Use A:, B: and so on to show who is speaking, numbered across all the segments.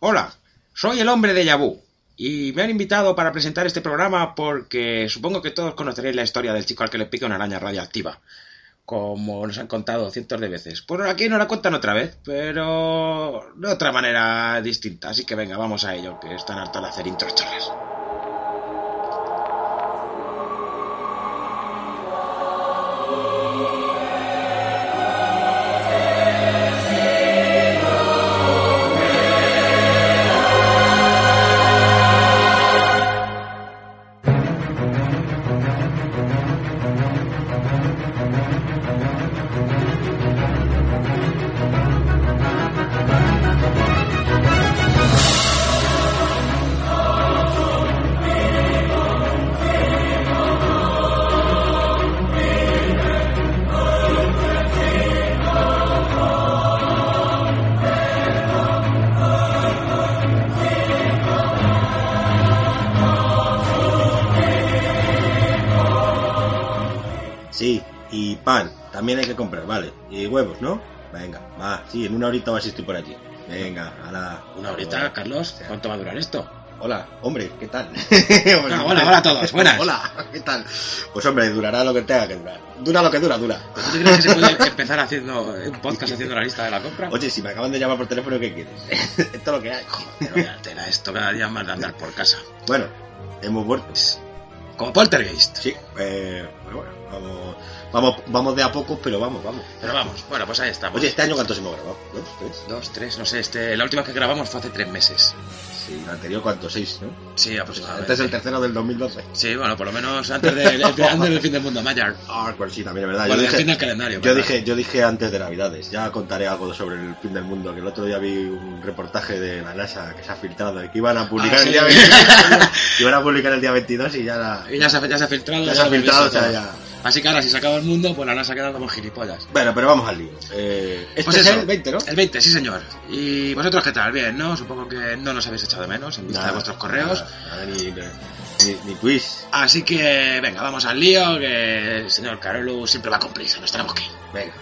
A: Hola, soy el hombre de Yabú y me han invitado para presentar este programa porque supongo que todos conoceréis la historia del chico al que le pica una araña radioactiva, como nos han contado cientos de veces. Por aquí nos la cuentan otra vez, pero de otra manera distinta. Así que venga, vamos a ello, que están hartos de hacer intros chorras.
B: Sí, y pan, también hay que comprar, vale. Y huevos, ¿no? Venga, va, sí, en una horita vas a estoy por allí. Venga, a la...
A: Una horita, Carlos, ¿cuánto va a durar esto?
B: Hola, hombre, ¿qué tal?
A: Hola, hola, hola a todos, buenas.
B: Hola, ¿qué tal? Pues hombre, durará lo que tenga que durar. Dura lo que dura, dura.
A: ¿Tú crees que se puede empezar haciendo eh, un podcast haciendo la lista de la compra?
B: Oye, si me acaban de llamar por teléfono, ¿qué quieres? Esto es lo que hay.
A: Joder, vaya tela, esto cada día más de andar por casa.
B: Bueno, hemos vuelto.
A: Como Poltergeist.
B: Sí, eh, bueno, bueno, vamos, vamos, vamos de a poco, pero vamos, vamos.
A: Pero vamos, bueno, pues ahí estamos.
B: Oye, este año cuántos hemos grabado? ¿Dos? ¿Tres?
A: Dos, tres, no sé, este, la última que grabamos fue hace tres meses.
B: Sí, el anterior cuántos, seis, ¿no?
A: Sí,
B: Este
A: aproximadamente.
B: es el tercero del 2012.
A: Sí, bueno, por lo menos antes, del- antes del fin del mundo Mayar.
B: Ah, pues sí, también es verdad.
A: Bueno,
B: yo,
A: del fin del
B: dije,
A: calendario.
B: yo,
A: perdón.
B: dije, yo dije antes de Navidades. Ya contaré algo sobre el fin del mundo. Que el otro día vi un reportaje de la NASA que se ha filtrado y que iban a
A: Ah,
B: publicar el
A: sí.
B: día 22. iban a publicar el día 22 y ya la.
A: Y ya se, ha- ya se ha filtrado.
B: Ya se ha
A: lo habéis
B: filtrado,
A: visto
B: o sea,
A: todo.
B: ya.
A: Así que ahora, si se acaba el mundo, pues la NASA queda como gilipollas.
B: Bueno, pero vamos al lío. Eh, este
A: Pues
B: es
A: eso,
B: el 20, ¿no?
A: El 20, sí, señor. ¿Y vosotros qué tal? Bien, ¿no? Supongo que no nos habéis echado de menos en vista de vuestros correos.
B: nada, ni, ni, ni twist.
A: Así que, venga, vamos al lío, que el señor Carolu siempre va con prisa, nos tenemos que ir.
B: Venga.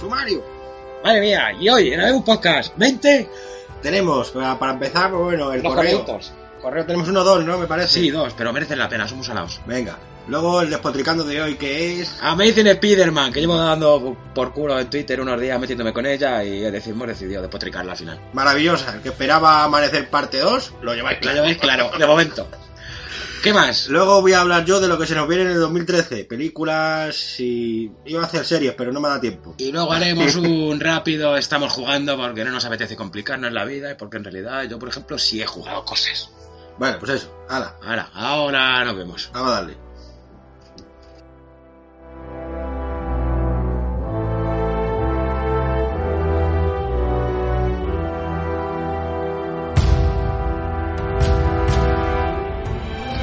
B: Sumario.
A: Madre mía, y hoy en un podcast 20,
B: Tenemos, para, para empezar, pues bueno, el correo. Correo tenemos uno o dos, ¿no? Me parece.
A: Sí, dos, pero merecen la pena, somos alados.
B: Venga. Luego el despotricando de hoy que es.
A: Amazing Spider-Man, que llevo dando por culo en Twitter unos días metiéndome con ella y hemos decidido despotricarla al final.
B: Maravillosa. El que esperaba amanecer parte 2, lo lleváis
A: Lo
B: claro.
A: lleváis claro, de momento. ¿Qué más?
B: Luego voy a hablar yo de lo que se nos viene en el 2013. Películas y... Iba a hacer series, pero no me da tiempo.
A: Y luego haremos un rápido estamos jugando porque no nos apetece complicarnos la vida y porque en realidad yo, por ejemplo, sí he jugado cosas.
B: Bueno, pues eso. Hala,
A: Ahora, ahora nos vemos.
B: vamos a darle.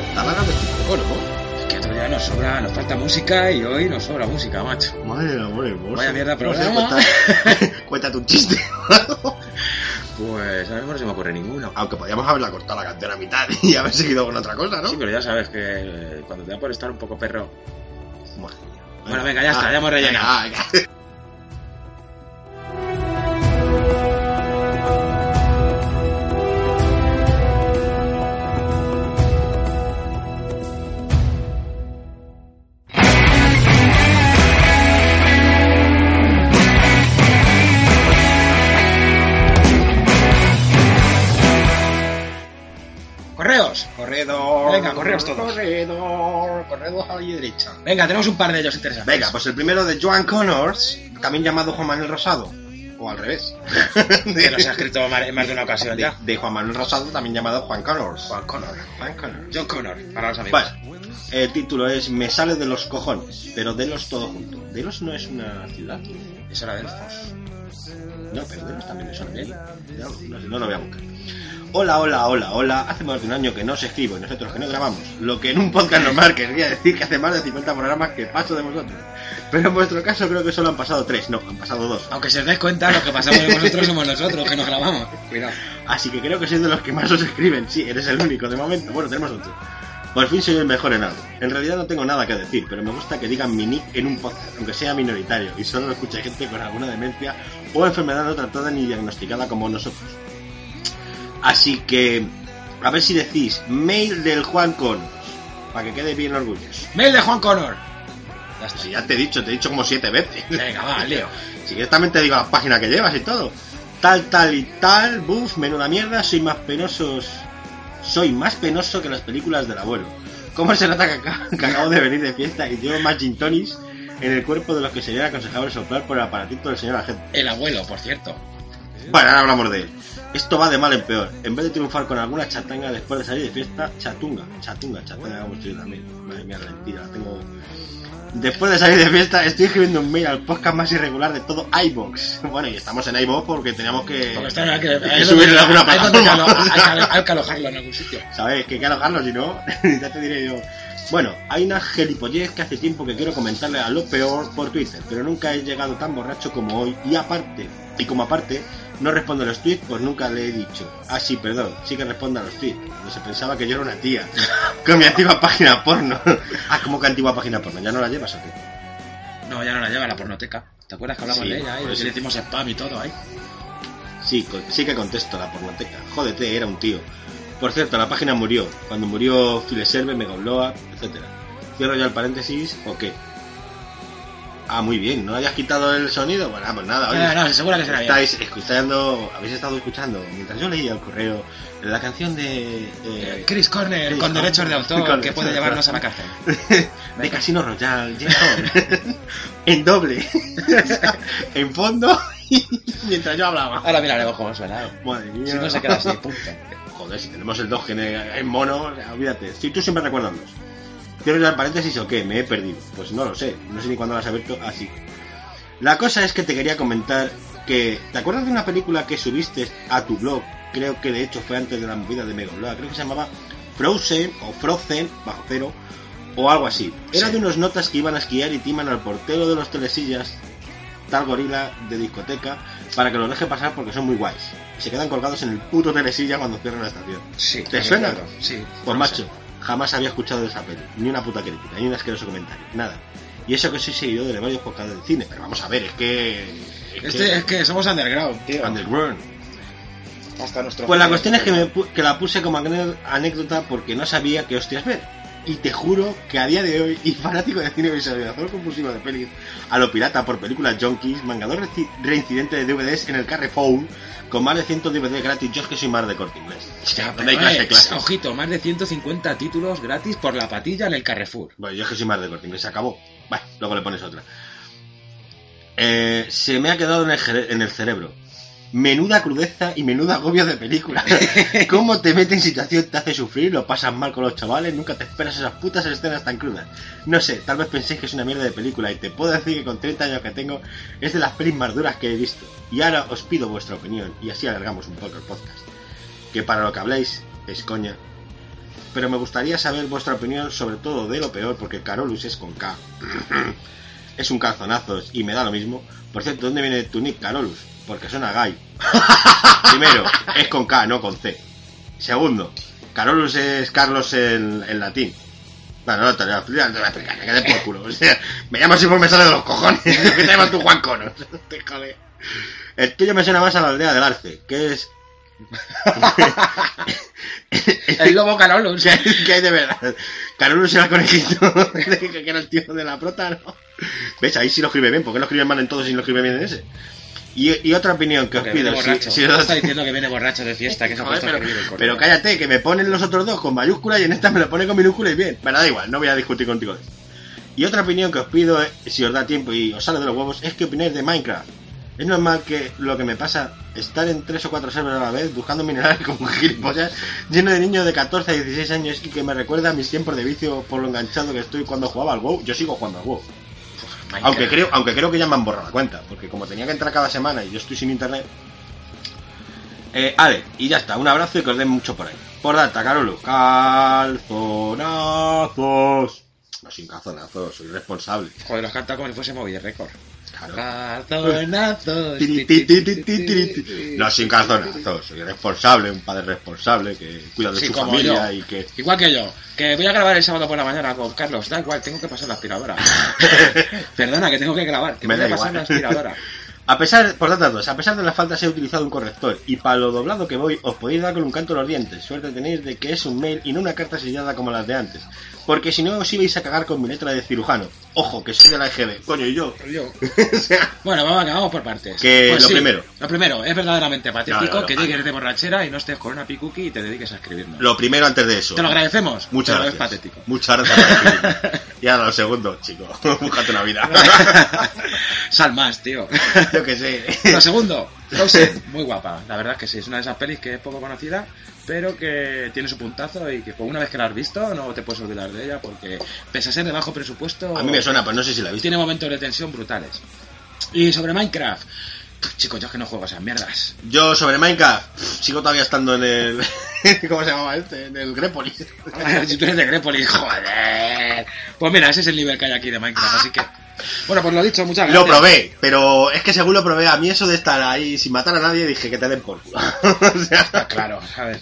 B: Está larga de chico, Oh, ¿no?
A: Es que otro día nos sobra, nos falta música y hoy nos sobra música, macho.
B: Madre del amor hermoso.
A: Vaya mierda,
B: No sé,
A: programa.
B: cuenta- Cuéntate un chiste.
A: Pues ahora mismo no se me ocurre ninguno.
B: Aunque podíamos haberla cortado la canción a mitad y haber seguido con otra cosa, ¿no?
A: Sí, pero ya sabes que eh, cuando te da por estar un poco perro,
B: Madre mía.
A: Bueno, venga, ya está, ya hemos rellenado.
B: venga, ah, venga.
A: ¡Correos!
B: Corredor.
A: Venga, correos todos.
B: Corredor, corredor a la derecha.
A: Venga, tenemos un par de ellos interesantes.
B: Venga, pues el primero de Joan Connors, también llamado Juan Manuel Rosado. O al revés.
A: Que nos ha escrito mar- en más de una ocasión
B: de,
A: ya.
B: de Juan Manuel Rosado, también llamado Juan Connors.
A: Juan Connor.
B: Juan Connors.
A: John Connor, para los amigos.
B: Vale, el título es Me sale de los cojones, pero Delos todo junto. Delos no es una ciudad.
A: Eso era Delfos.
B: No, pero Delos también es una ley. No, no, no lo voy a buscar. Hola, hola, hola, hola. Hace más de un año que no os escribo y nosotros que no grabamos. Lo que en un podcast normal querría decir que hace más de 50 programas que paso de vosotros. Pero en vuestro caso creo que solo han pasado tres, no, han pasado dos.
A: Aunque se os dais cuenta, lo que pasamos de vosotros somos nosotros, que nos grabamos. Cuidado.
B: Así que creo que sois de los que más os escriben. Sí, eres el único de momento. Bueno, tenemos otro. Por fin soy el mejor en algo. En realidad no tengo nada que decir, pero me gusta que digan mi nick en un podcast, aunque sea minoritario, y solo lo escucha gente con alguna demencia o enfermedad no tratada ni diagnosticada como nosotros. Así que, a ver si decís mail del Juan con para que quede bien orgulloso.
A: Mail de Juan Connor. Ya está.
B: Si ya te he dicho, te he dicho como siete veces.
A: Venga, va, Leo.
B: Si quieres también te digo la página que llevas y todo. Tal, tal y tal, buf, menuda mierda, soy más penosos. Soy más penoso que las películas del abuelo. ¿Cómo se nota que, acá- que acabo de venir de fiesta y llevo más gin tonics en el cuerpo de los que sería aconsejable soplar por el aparatito del señor agente?
A: El abuelo, por cierto.
B: Bueno, ahora hablamos de él. Esto va de mal en peor. En vez de triunfar con alguna chatanga después de salir de fiesta, chatunga, chatunga, chatanga, como estoy también. Madre mía, la mentira, la tengo. Después de salir de fiesta, estoy escribiendo un mail al podcast más irregular de todo iBox. Bueno, y estamos en iBox porque teníamos que.
A: Porque esto no hay que,
B: hay que subirlo en alguna
A: hay donde
B: plataforma.
A: calo- hay calo- hay que alojarlo en algún sitio.
B: ¿Sabes? Que hay que alojarlo, si no, ya te diré yo. Bueno, hay una gilipollez que hace tiempo que quiero comentarle a lo peor por Twitter, pero nunca he llegado tan borracho como hoy. Y aparte, y como aparte, no respondo a los tweets, pues nunca le he dicho. Ah, sí, perdón, sí que respondo a los tweets. No se pensaba que yo era una tía. Con mi antigua página porno. ah, ¿cómo que antigua página porno? ¿Ya no la llevas o qué?
A: No, ya no la lleva la pornoteca. ¿Te acuerdas que hablamos
B: Sí,
A: de ella? Y
B: pues
A: le
B: sí.
A: hicimos spam y todo ahí.
B: Sí, co- sí que contesto la pornoteca. Jódete, era un tío. Por cierto, la página murió. Cuando murió Fileserve, Megabloa, etcétera. Cierro ya el paréntesis, ¿o qué? Ah, muy bien, ¿no hayas quitado el sonido? Bueno, pues nada, oye.
A: Ah, No, no, seguro que será bien.
B: Estáis escuchando, habéis estado escuchando, mientras yo leía el correo, la canción de... eh,
A: Chris Corner
B: Chris
A: con
B: Cornell.
A: derechos de autor
B: Con
A: que
B: derechos
A: puede
B: de
A: llevarnos a
B: autor.
A: la cárcel.
B: de Casino Royale, James Bond. en doble, en fondo, mientras yo hablaba.
A: Ahora miraremos cómo suena. ¿eh?
B: Madre mía.
A: Si no se queda así, punto.
B: Joder, si tenemos el 2 en, en mono, olvídate. Si tú siempre recuerdas Quiero ir al paréntesis o qué, me he perdido. Pues no lo sé, no sé ni cuándo lo has abierto así. La cosa es que te quería comentar que. ¿Te acuerdas de una película que subiste a tu blog? Creo que de hecho fue antes de la movida de Megablog, creo que se llamaba Frozen o Frozen, bajo cero, o algo así. Era
A: Sí.
B: de unos notas que iban a esquiar y timan al portero de los telesillas, tal gorila de discoteca, para que los deje pasar porque son muy guays. Y se quedan colgados en el puto telesilla cuando cierran la estación.
A: Sí.
B: ¿Te
A: me
B: suena?
A: acuerdo. Sí.
B: Pues
A: no
B: macho,
A: sé.
B: jamás había escuchado de esa peli, ni una puta crítica, ni un asqueroso comentario, nada. Y eso que soy seguidor de varios podcasts del cine, pero vamos a ver, es que... es
A: Este es que somos underground,
B: que-
A: tío.
B: Underground.
A: Hasta nuestro.
B: Pues la cuestión es que, me pu- que la puse como ane- anécdota porque no sabía qué hostias ver. Y te juro que a día de hoy, y fanático de cine visualizador compulsivo de pelis, a lo pirata por películas junkies, mangador reci- reincidente de DVDs en el Carrefour, con más de 100 DVDs gratis, yo es que soy más de corte inglés.
A: Ya,
B: ¿Dónde hay
A: pero,
B: clase,
A: eh,
B: clase?
A: Ojito, más de 150 títulos gratis por la patilla en el Carrefour.
B: Bueno, yo es que soy más de corte inglés, se acabó. Vale, luego le pones otra. Eh, se me ha quedado en el, jere- en el cerebro. Menuda crudeza y menuda agobio de película. ¿Cómo te mete en situación, te hace sufrir, lo pasas mal con los chavales, nunca te esperas esas putas escenas tan crudas? No sé, tal vez penséis que es una mierda de película y te puedo decir que con 30 años que tengo es de las pelis más duras que he visto. Y ahora os pido vuestra opinión y así alargamos un poco el podcast. Que para lo que habláis es coña, pero me gustaría saber vuestra opinión sobre todo de lo peor, porque Carolus es con K. es un calzonazos y me da lo mismo. Por cierto, ¿dónde viene tu nick, Carolus? Porque suena gay. Primero, es con K, no con C. Segundo, Carolus es Carlos en, en latín. Bueno, no te lo voy a explicar, no te lo voy a explicar, que quede por culo. O sea, me llamas así por me sale de los cojones. ¿Qué te llamas tú, Juan Conos? Te jode. El tuyo me suena más a la aldea del Arce, que es
A: El lobo Carolus.
B: que hay, que hay de verdad. Carolus era el conejito, que era el tío de la prota, ¿no? ¿Ves? Ahí sí lo escribe bien, porque lo escribe mal en todos y no lo escribe bien en ese. Y, y otra opinión que os
A: Que viene
B: pido, si-
A: borracho.
B: si
A: No
B: os-
A: está diciendo que viene borracho de fiesta, que eso
B: Joder,
A: cuesta
B: pero,
A: escribir el correo.
B: pero cállate, que me ponen los otros dos con mayúscula y en esta me lo pone con minúscula y bien. Pero da igual, no voy a discutir contigo de esto. Y otra opinión que os pido, eh, si os da tiempo y os sale de los huevos, es que opinéis de Minecraft. Es normal que lo que me pasa, estar en tres o cuatro servers a la vez, buscando minerales como un gilipollas, lleno de niños de 14 a 16 años y que me recuerda a mis tiempos de vicio por lo enganchado que estoy cuando jugaba al WoW. Yo sigo jugando al WoW.
A: Minecraft.
B: Aunque creo, aunque creo que ya me han borrado la cuenta, porque como tenía que entrar cada semana y yo estoy sin internet, Eh, Ale, y ya está, un abrazo y que os den mucho por ahí. Por data, Carolo. Calzonazos. No sin calzonazos, soy responsable.
A: Joder, los canta como si fuese móvil récord.
B: Claro.
A: Calzonazos.
B: Tiri, tiri, tiri, tiri, tiri. No sin calzonazos, soy responsable, un padre responsable que cuida de
A: Sí,
B: su
A: como
B: familia
A: yo.
B: y que.
A: Igual que yo, que voy a grabar el sábado por la mañana con Carlos, da igual, tengo que pasar la aspiradora. Perdona, que tengo que grabar, que
B: Me
A: me
B: da
A: voy a pasar
B: igual.
A: la aspiradora.
B: A pesar, por tanto, a pesar de las faltas he utilizado un corrector y para lo doblado que voy os podéis dar con un canto en los dientes. Suerte tenéis de que es un mail y no una carta sellada como las de antes. Porque si no os ibais a cagar con mi letra de cirujano. Ojo, que soy de la EGB. Coño, y yo.
A: Yo.
B: o sea,
A: Bueno, vamos, venga, vamos por partes. Pues
B: Que lo primero.
A: Lo primero, es verdaderamente patético
B: Claro,
A: que
B: claro.
A: llegues de borrachera y no estés con una picuki y te dediques a escribirnos.
B: lo primero antes de eso.
A: Te lo agradecemos,
B: Muchas
A: pero
B: gracias.
A: es patético.
B: Muchas gracias. por escribirme. y ahora lo segundo, chico. Búscate una vida.
A: Sal más, tío.
B: yo que sé.
A: Lo segundo, Frozen, muy guapa. La verdad es que sí, es una de esas pelis que es poco conocida, pero que tiene su puntazo y que pues, una vez que la has visto no te puedes olvidar de ella porque, pese a ser de bajo presupuesto,
B: A mí me suena, pero no sé si la viste.
A: tiene momentos de tensión brutales. Y sobre Minecraft, pff, chicos, yo es que no juego a esas mierdas.
B: Yo sobre Minecraft pff, sigo todavía estando en el. ¿Cómo se llamaba este? En el Grepolis.
A: si tú eres de Grépolis, joder. Pues mira, ese es el nivel que hay aquí de Minecraft, así que... Bueno, pues lo dicho, muchas
B: Lo
A: gracias.
B: probé, pero es que según lo probé, a mí eso de estar ahí sin matar a nadie, dije que te den por culo. o sea,
A: Claro, a ver.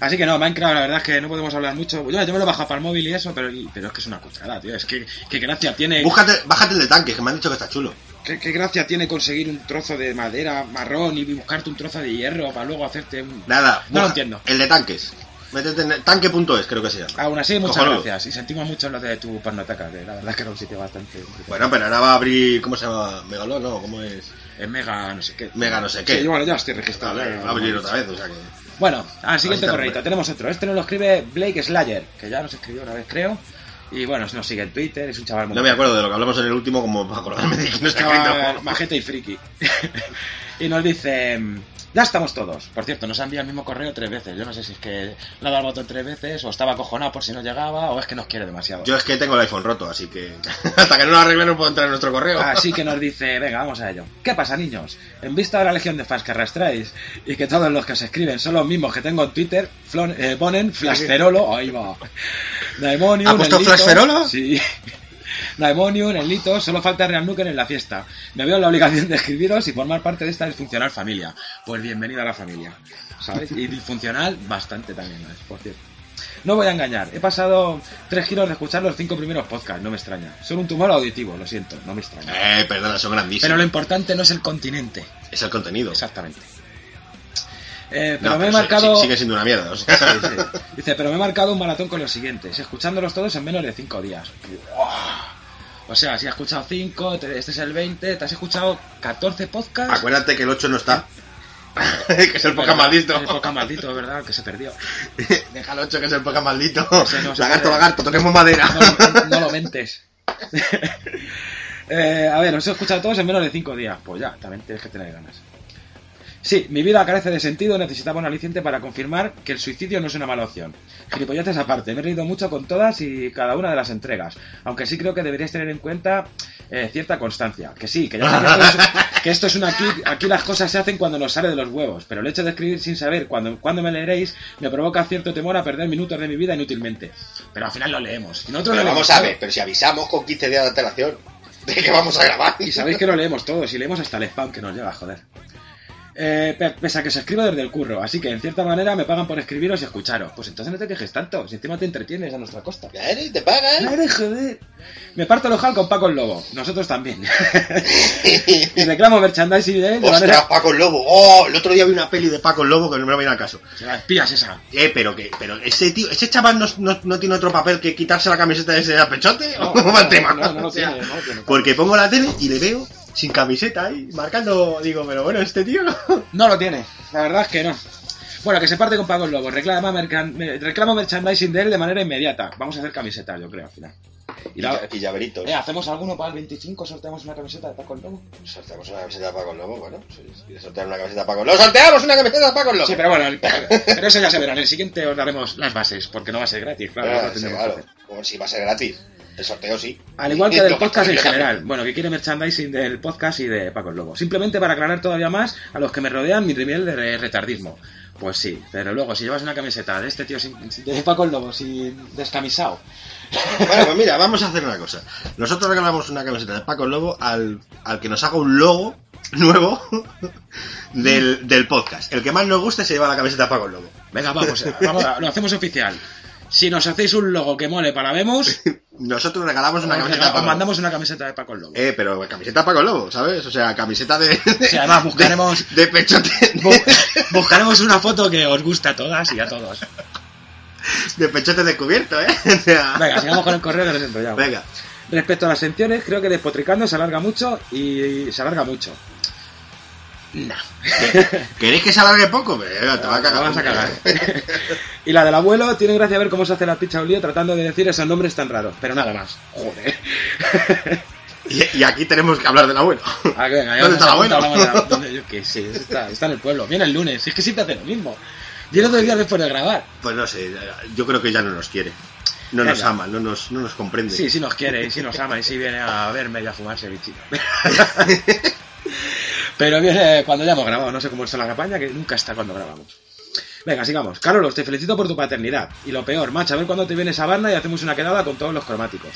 A: Así que no, Minecraft, la verdad es que no podemos hablar mucho. Yo, yo me lo bajo para el móvil y eso, pero, pero es que es una cutrada, tío. Es que, que gracia tiene.
B: Búscate, bájate el de tanques, que me han dicho que está chulo.
A: ¿Qué, qué gracia tiene conseguir un trozo de madera marrón y buscarte un trozo de hierro para luego hacerte un...
B: Nada,
A: No
B: busca-
A: lo entiendo.
B: El de tanques. Métete en el- tanque.es, creo que se llama.
A: Aún así, muchas
B: Cojonudo.
A: gracias. Y sentimos mucho lo de tu panoteca, que la verdad es que era un sitio bastante...
B: Bueno, pero ahora va a abrir. ¿Cómo se llama? ¿Megalón? No, ¿cómo es?
A: Es mega no sé qué.
B: Mega no sé qué.
A: Sí, bueno, ya estoy
B: A
A: registrado.
B: ver,
A: Ya,
B: va a abrir
A: vamos.
B: otra vez, o sea que.
A: Bueno, al siguiente
B: Ahorita,
A: correito
B: hombre.
A: tenemos otro. Este nos lo escribe Blake Slayer, que ya nos escribió una vez, creo. Y bueno, nos sigue en Twitter, es un chaval muy
B: No me acuerdo de lo que hablamos en el último, como para acordarme de quién está
A: Ah,
B: escrito.
A: Majete y friki. y nos dice, mm, ya estamos todos. Por cierto, nos ha enviado el mismo correo tres veces. Yo no sé si es que le ha dado al botón tres veces, o estaba acojonado por si no llegaba, o es que nos quiere demasiado.
B: Yo es que tengo el iPhone roto, así que hasta que no lo arregle no puedo entrar en nuestro correo.
A: Así que nos dice, venga, vamos a ello. ¿Qué pasa, niños? En vista de la legión de fans que arrastráis y que todos los que os escriben son los mismos que tengo en Twitter, Flon- eh, ponen Flasterolo, ahí va. Daemonium,
B: ¿Ha puesto
A: el Lito-
B: Flasterolo?
A: Sí. Daemonium, el Lito, solo falta Real Nuken en la fiesta. Me veo en la obligación de escribiros y formar parte de esta disfuncional familia. Pues bienvenida a la familia, ¿sabes? Y disfuncional bastante también, ¿no es? por cierto. No voy a engañar, he pasado tres giros de escuchar los cinco primeros podcasts, no me extraña. Solo un tumor auditivo, lo siento, no me extraña.
B: Eh, perdona, son grandísimos.
A: Pero lo importante no es el continente.
B: Es el contenido.
A: Exactamente. Eh,
B: No,
A: pero me he
B: sí-
A: marcado.
B: sí- Sigue siendo una mierda, o sea.
A: Sí, sí. Dice, pero me he marcado un maratón con los siguientes, escuchándolos todos en menos de 5 días. ¡Buah! O sea, si has escuchado 5, este es el 20, te has escuchado 14 podcasts.
B: Acuérdate que el 8 no está. que es el poca maldito.
A: El podcast maldito, es verdad, que se perdió.
B: Deja el 8 que es el poca maldito.
A: Ese no se
B: lagarto,
A: puede.
B: lagarto, toquemos madera.
A: No, lo- no lo mentes. Eh, a ver, os he escuchado todos en menos de 5 días. Pues ya, también tienes que tener ganas. Sí, mi vida carece de sentido, necesitaba un aliciente para confirmar que el suicidio no es una mala opción. Gilipolleces aparte, me he reído mucho con todas y cada una de las entregas. Aunque sí creo que deberíais tener en cuenta eh, cierta constancia. Que sí, que ya sé que esto es, que esto es una aquí, aquí las cosas se hacen cuando nos sale de los huevos, pero el hecho de escribir sin saber cuándo cuándo me leeréis me provoca cierto temor a perder minutos de mi vida inútilmente. Pero al final lo leemos. Y nosotros lo leemos todo.
B: pero si avisamos con 15 días de antelación de que vamos a grabar.
A: Y sabéis que lo leemos todos y leemos hasta el spam que nos llega, joder. Eh, pe- pese a que se escriba desde el curro, así que en cierta manera me pagan por escribiros y escucharos. Pues entonces no te quejes tanto, si encima te entretienes a nuestra costa.
B: ¿Te ¿eh? pagan?
A: Claro, joder. Me parto el ojal con Paco el Lobo, nosotros también. y reclamo merchandising de él de manera...
B: Paco el Lobo. Oh, el otro día vi una peli de Paco el Lobo que no me viene al caso.
A: Será, espías esa.
B: Eh, pero que, pero ese tío, ese chaval no, no- no tiene otro papel que quitarse la camiseta de ese pechote o cómo va el tema.
A: No, Pues- no,
B: O
A: no
B: sea,
A: tiene, no tiene.
B: Porque pongo la tele y le veo sin camiseta ahí, marcando, digo, pero bueno, este tío.
A: No lo tiene, la verdad es que no. Bueno, que se parte con Paco el Lobo. Reclama mercan- me- reclamo merchandising de él de manera inmediata. Vamos a hacer camisetas, yo creo, al final. Y la-
B: llaveritos.
A: Eh, ¿Hacemos alguno para el 25? ¿Sorteamos una camiseta de Paco el Lobo?
B: Sorteamos una camiseta de Paco el Lobo, bueno. Si quieres sortear una camiseta de Paco el Lobo, ¡sorteamos una camiseta de Paco el Lobo!
A: Sí, pero bueno, el- pero eso ya se verá. En el siguiente os daremos las bases, porque no va a ser gratis, claro.
B: Ah,
A: no
B: sí,
A: tendremos
B: claro.
A: que hacer.
B: Como si va a ser gratis.
C: El sorteo sí.
A: Al igual que del
C: Lo más
A: podcast en
C: complicado.
A: general. Bueno, que quiere merchandising del podcast y de Paco el Lobo. Simplemente para aclarar todavía más a los que me rodean mi nivel de re- retardismo. Pues sí, pero luego si llevas una camiseta de este tío sin, de Paco el Lobo, sin descamisado.
B: Bueno, pues mira, vamos a hacer una cosa. Nosotros regalamos una camiseta de Paco el Lobo al, al que nos haga un logo nuevo del, del podcast. El que más nos guste se lleva la camiseta de Paco el Lobo.
A: Venga, vamos, eh, vamos, lo hacemos oficial. Si nos hacéis un logo que mole para Vemos,
B: Nosotros regalamos una
A: os
B: camiseta
A: rega- os
B: de Paco el Lobo.
A: mandamos una camiseta de Paco el Lobo.
B: Eh, pero camiseta de Paco el Lobo, ¿sabes? O sea, camiseta de... de-
A: Sí, además buscaremos-
B: De, de pechote...
A: Bu- buscaremos una foto que os gusta a todas y a todos.
B: De pechote descubierto, ¿eh? O sea,
A: Venga, sigamos con el correo que nos hemos enrollado.
B: Venga.
A: Respecto a las secciones, creo que despotricando se alarga mucho y se alarga mucho.
B: ¿Queréis que se alargue poco? Venga, te va a cagar.
A: La vas a cagar. y la del abuelo, tiene gracia ver cómo se hace la picha lío tratando de decir esos nombres tan raros, pero nada más. Joder.
B: Y, y aquí tenemos que hablar del abuelo.
A: Ah, que venga, ya
B: ¿Dónde está el
A: nos
B: abuelo?
A: apuntamos a- ¿dónde? Yo qué sé, está, está en el pueblo. Viene el lunes, es que siempre hace lo mismo. Viene dos días después de grabar.
B: Pues no sé, yo creo que ya no nos quiere. No nos
A: Venga.
B: ama, no nos, no nos comprende.
A: Sí, sí nos quiere, y sí nos ama, y sí viene a verme y a fumarse bichito. Pero viene cuando ya hemos grabado, no sé cómo está la campaña, que nunca está cuando grabamos. Venga, sigamos. Carlos, te felicito por tu paternidad. Y lo peor, macho, a ver cuándo te vienes a Barna y hacemos una quedada con todos los cromáticos.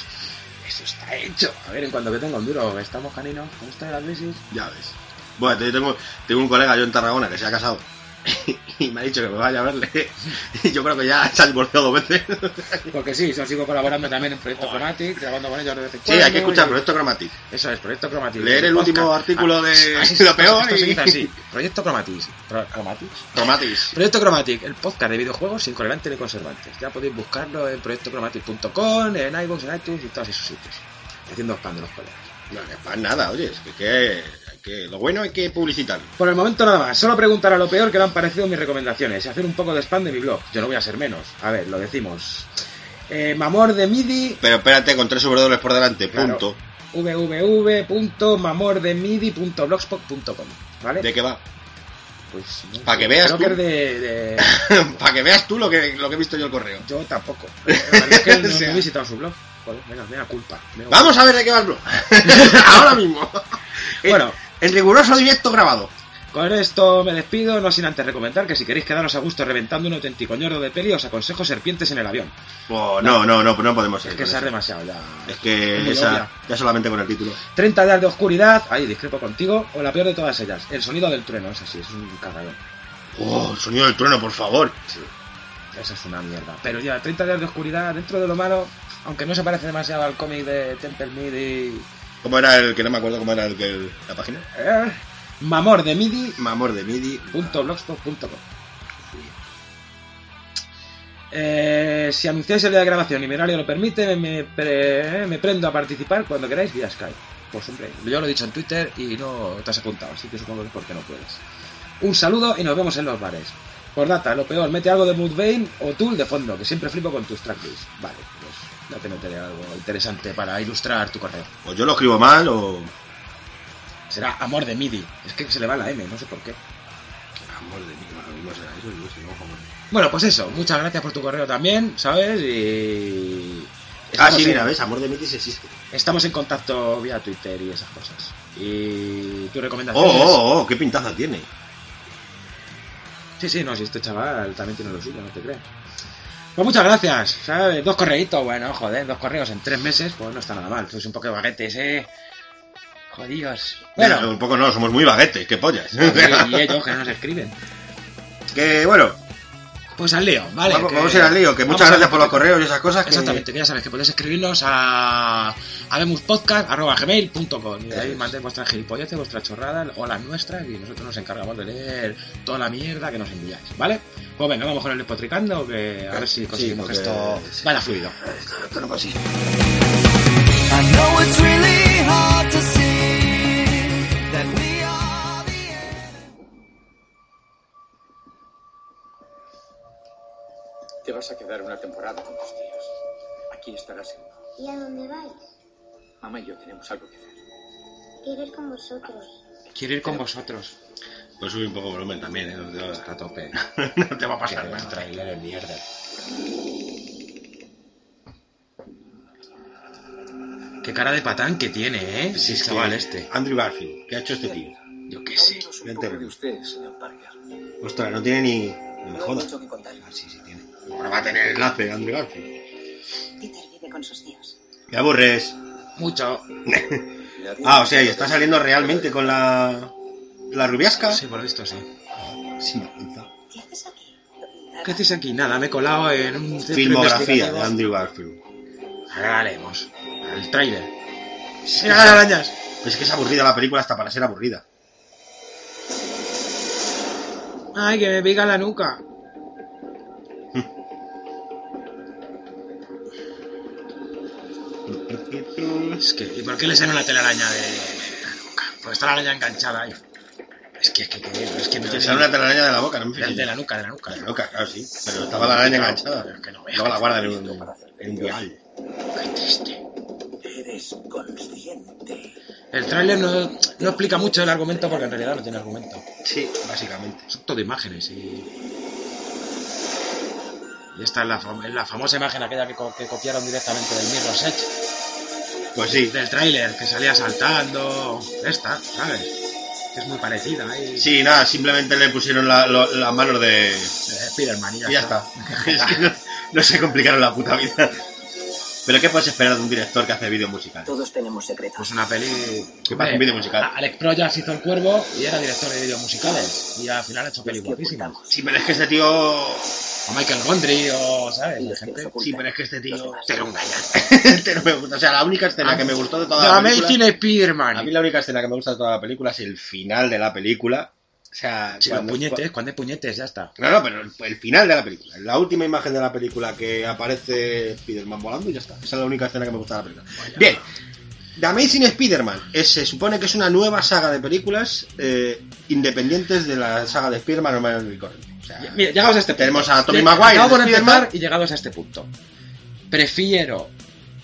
A: Eso está hecho. A ver, en cuanto que tengo un duro, estamos caninos, ¿cómo está la crisis?
B: Ya ves. Bueno, yo tengo, tengo un colega yo en Tarragona que se ha casado y me ha dicho que me vaya a verle. Y yo creo que ya se ha divorciado dos veces.
A: Porque sí, yo sigo colaborando también en Proyecto Chromatic, grabando con ellos de vez en
B: Sí, hay que
A: cuando,
B: escuchar
A: y-
B: Proyecto Grammatic.
A: Eso es, Proyecto Cromatis.
B: Leer el último artículo de
A: así,
B: lo peor
A: ah, esto se
B: y-
A: dice así. Proyecto Cromatis. Pro- ¿Cromatis?
B: Cromatis.
A: Proyecto Chromatic, el podcast de videojuegos sin colorantes ni conservantes. Ya podéis buscarlo en proyectochromatic.com, en iVoox, en iTunes y todos esos sitios. Haciendo spam de los colegas.
B: No, que para nada, oye, es que, que- que lo bueno hay que publicitarlo.
A: Por el momento nada más, solo preguntar a lo peor que le han parecido mis recomendaciones y hacer un poco de spam de mi blog. Yo no voy a ser menos. A ver, lo decimos. Eh, Mamor de MIDI,
B: Pero espérate, con tres sobredobles por delante,
A: Claro.
B: punto.
A: www.mamordemidi.blogspot.com. ¿Vale?
B: ¿De qué va?
A: Pues, no
B: Pa'
A: sé,
B: que veas
A: Creo que
B: tú.
A: es de- de...
B: para que veas tú lo que, lo que he visto yo el correo.
A: Yo tampoco. La verdad es que no,
B: O sea.
A: no he visitado su blog. Joder, venga, me da culpa. Me da
B: Vamos a ver de qué va el blog. Ahora mismo.
A: Bueno.
B: En riguroso directo grabado.
A: Con esto me despido, no sin antes recomendar que si queréis quedaros a gusto reventando un auténtico ñordo de peli, os aconsejo serpientes en el avión.
B: Oh, no, no, no, no podemos
A: Es
B: ir
A: que
B: Pues con
A: esa es
B: eso.
A: demasiado ya.
B: Es que
A: Es muy
B: esa,
A: obvia.
B: ya solamente con el título.
A: 30 días de oscuridad, ahí discrepo contigo, o la peor de todas ellas, el sonido del trueno, es así, es un cagadón.
B: Oh, el sonido del trueno, por favor.
A: Sí, esa es una mierda. Pero ya, 30 días de oscuridad, dentro de lo malo, aunque no se parece demasiado al cómic de Temple Mid y...
B: ¿Cómo era el que no me acuerdo cómo era el que el- la página?
A: eh, mamor de midi
B: Mamor de Midi.
A: www.blogspot.com. Eh, si anunciáis el día de grabación y mi horario lo permite, me, pre- eh, me prendo a participar cuando queráis vía Skype. Pues hombre, yo lo he dicho en Twitter y no te has apuntado, así que supongo que es porque no puedes. Un saludo y nos vemos en los bares. Por data, lo peor, mete algo de Mudvayne o Tool de fondo, que siempre flipo con tus tracklists. Vale, pues ya te meteré algo interesante para ilustrar tu correo.
B: O yo lo escribo mal o.
A: Será Amor de Midi. Es que se le va la M, no sé por qué.
B: Amor de Midi, bueno, no será eso, no sé, no, favor.
A: Bueno, pues eso, muchas gracias por tu correo también, ¿sabes? Y.
B: Ah,
A: estamos
B: sí,
A: en-
B: mira, ves, Amor de Midi sí existe.
A: Estamos en contacto vía Twitter y esas cosas. Y tu
B: Oh,
A: recomendación.
B: oh, oh, qué pintaza tiene.
A: Sí, sí, no, si este chaval también tiene lo suyo, no te creas. Pues muchas gracias, ¿sabes? Dos correitos, bueno, joder, dos correos en tres meses, pues no está nada mal. Sois un poco de baguetes, ¿eh? Jodidos.
B: Eh,
A: Bueno,
B: un poco no, somos muy baguetes, qué pollas.
A: y ellos que no nos escriben.
B: que bueno,
A: Pues al lío, ¿vale?
B: vamos,
A: que-
B: vamos a ir al lío, que
A: vamos
B: muchas
A: a-
B: gracias por los correos y esas cosas. Que...
A: Exactamente, que ya sabes que podéis escribirnos a, a vemuspodcast.gmail.com y de ahí mandéis vuestras gilipolleces, vuestras chorradas o las nuestras y nosotros nos encargamos de leer toda la mierda que nos enviáis, ¿vale? Pues venga, vamos con el despotricando que a ver si
B: Sí,
A: conseguimos que
B: porque-
A: esto vaya fluido.
B: Esto no pasa.
D: I know it's really hard to see that we are the
E: Te vas a quedar una temporada con tus tíos. Aquí estarás seguro.
F: ¿Y a dónde vais?
E: Mamá y yo tenemos algo que hacer.
F: Quiero ir con vosotros.
A: Quiero ir con vosotros.
B: Pues subir un poco el volumen también, ¿eh? No te va
A: Está a tope.
B: a, no te va a pasar
A: Qué
B: nada.
A: trailer de mierda. Qué cara de patán que tiene, ¿eh?
B: Si
A: Sí,
B: es que-
A: chaval este.
B: Andrew Garfield, ¿qué ha hecho este tío?
A: Yo qué sé.
E: Háblenos un
B: ya
E: poco
B: te-
E: de usted, señor Parker.
B: Ostras, no tiene ni. No me
E: No hay
B: jodas.
E: mucho que contar.
B: Ah, sí, sí tiene. Ahora va a tener enlace, Andrew Garfield.
C: Peter vive con sus tíos.
B: Me aburres.
A: Mucho.
B: Ah, o sea, y está saliendo realmente con la. La rubiasca.
A: Sí, por esto sí.
B: Sí, me encanta.
C: ¿Qué haces aquí?
A: ¿Qué haces aquí? Nada, me he colado en un centro
B: Filmografía de
A: investigativo.
B: Andrew Garfield.
A: Ahora haremos. El tráiler. ¡Mira las arañas!
B: Es que es aburrida la película hasta para ser aburrida.
A: ¡Ay, que me pica la nuca! Es que, ¿y por qué le sale una telaraña de, de la nuca? Porque está la araña enganchada ahí. Es que, es que, que- es que me
B: Te sale una telaraña de la boca, no me
A: de,
B: fijé.
A: de la nuca, de la nuca.
B: De la boca, claro, sí. Pero estaba la araña enganchada.
A: Pero que no veas.
B: Estaba la guarda en un, en un vial.
A: Qué triste.
E: Eres consciente.
A: El tráiler no, no explica mucho el argumento porque en realidad no tiene argumento.
B: Sí, básicamente.
A: Son todo imágenes y... Y esta es la, fam- es la famosa imagen aquella que, co- que copiaron directamente del Mirror's Edge.
B: Pues sí.
A: del tráiler que salía saltando. Esta, ¿sabes? Que es muy parecida ¿eh? ahí.
B: Sí, nada, simplemente le pusieron la- lo- las manos de.
A: Eh, Spiderman y ya,
B: Y ya está. Es que no, no se complicaron la puta vida. Pero ¿qué puedes esperar de un director que hace vídeos musicales?
C: Todos tenemos secretos.
A: Pues una peli.
B: Que parece un vídeo musical.
A: A- Alex Proyas hizo el cuervo y era director de vídeos musicales. Y al final ha hecho pelis
C: Los que
A: guapísimas.
C: ocultamos.
B: Sí, pero es que este tío.
A: O Michael Gondry o, ¿sabes?
C: Y
A: La
C: los que nos
A: gente.
B: Sí,
C: ocultan.
B: pero es que este tío.
C: Los
A: Te lo engañan.
B: Este no me gusta. O sea, la única escena que me gustó de toda la película. A mí
A: Spiderman.
B: la única escena que me gusta de toda la película es el final de la película. O sea,
A: Sí, ¿eh? los
B: cuando-
A: puñetes, cuando hay puñetes, ya está.
B: No, no, pero el, el final de la película. La última imagen de la película que aparece Spider-Man volando y ya está. Esa es la única escena que me gusta de la película. Bien. The Amazing Spider-Man. Eh, se supone que es una nueva saga de películas eh, independientes de la saga de Spider-Man normal y corriente. O sea,
A: Mira, llegados a este punto.
B: Tenemos a Tobey
A: Sí,
B: Maguire,
A: acabo de
B: Spider-Man.
A: empezar y llegados a este punto. Prefiero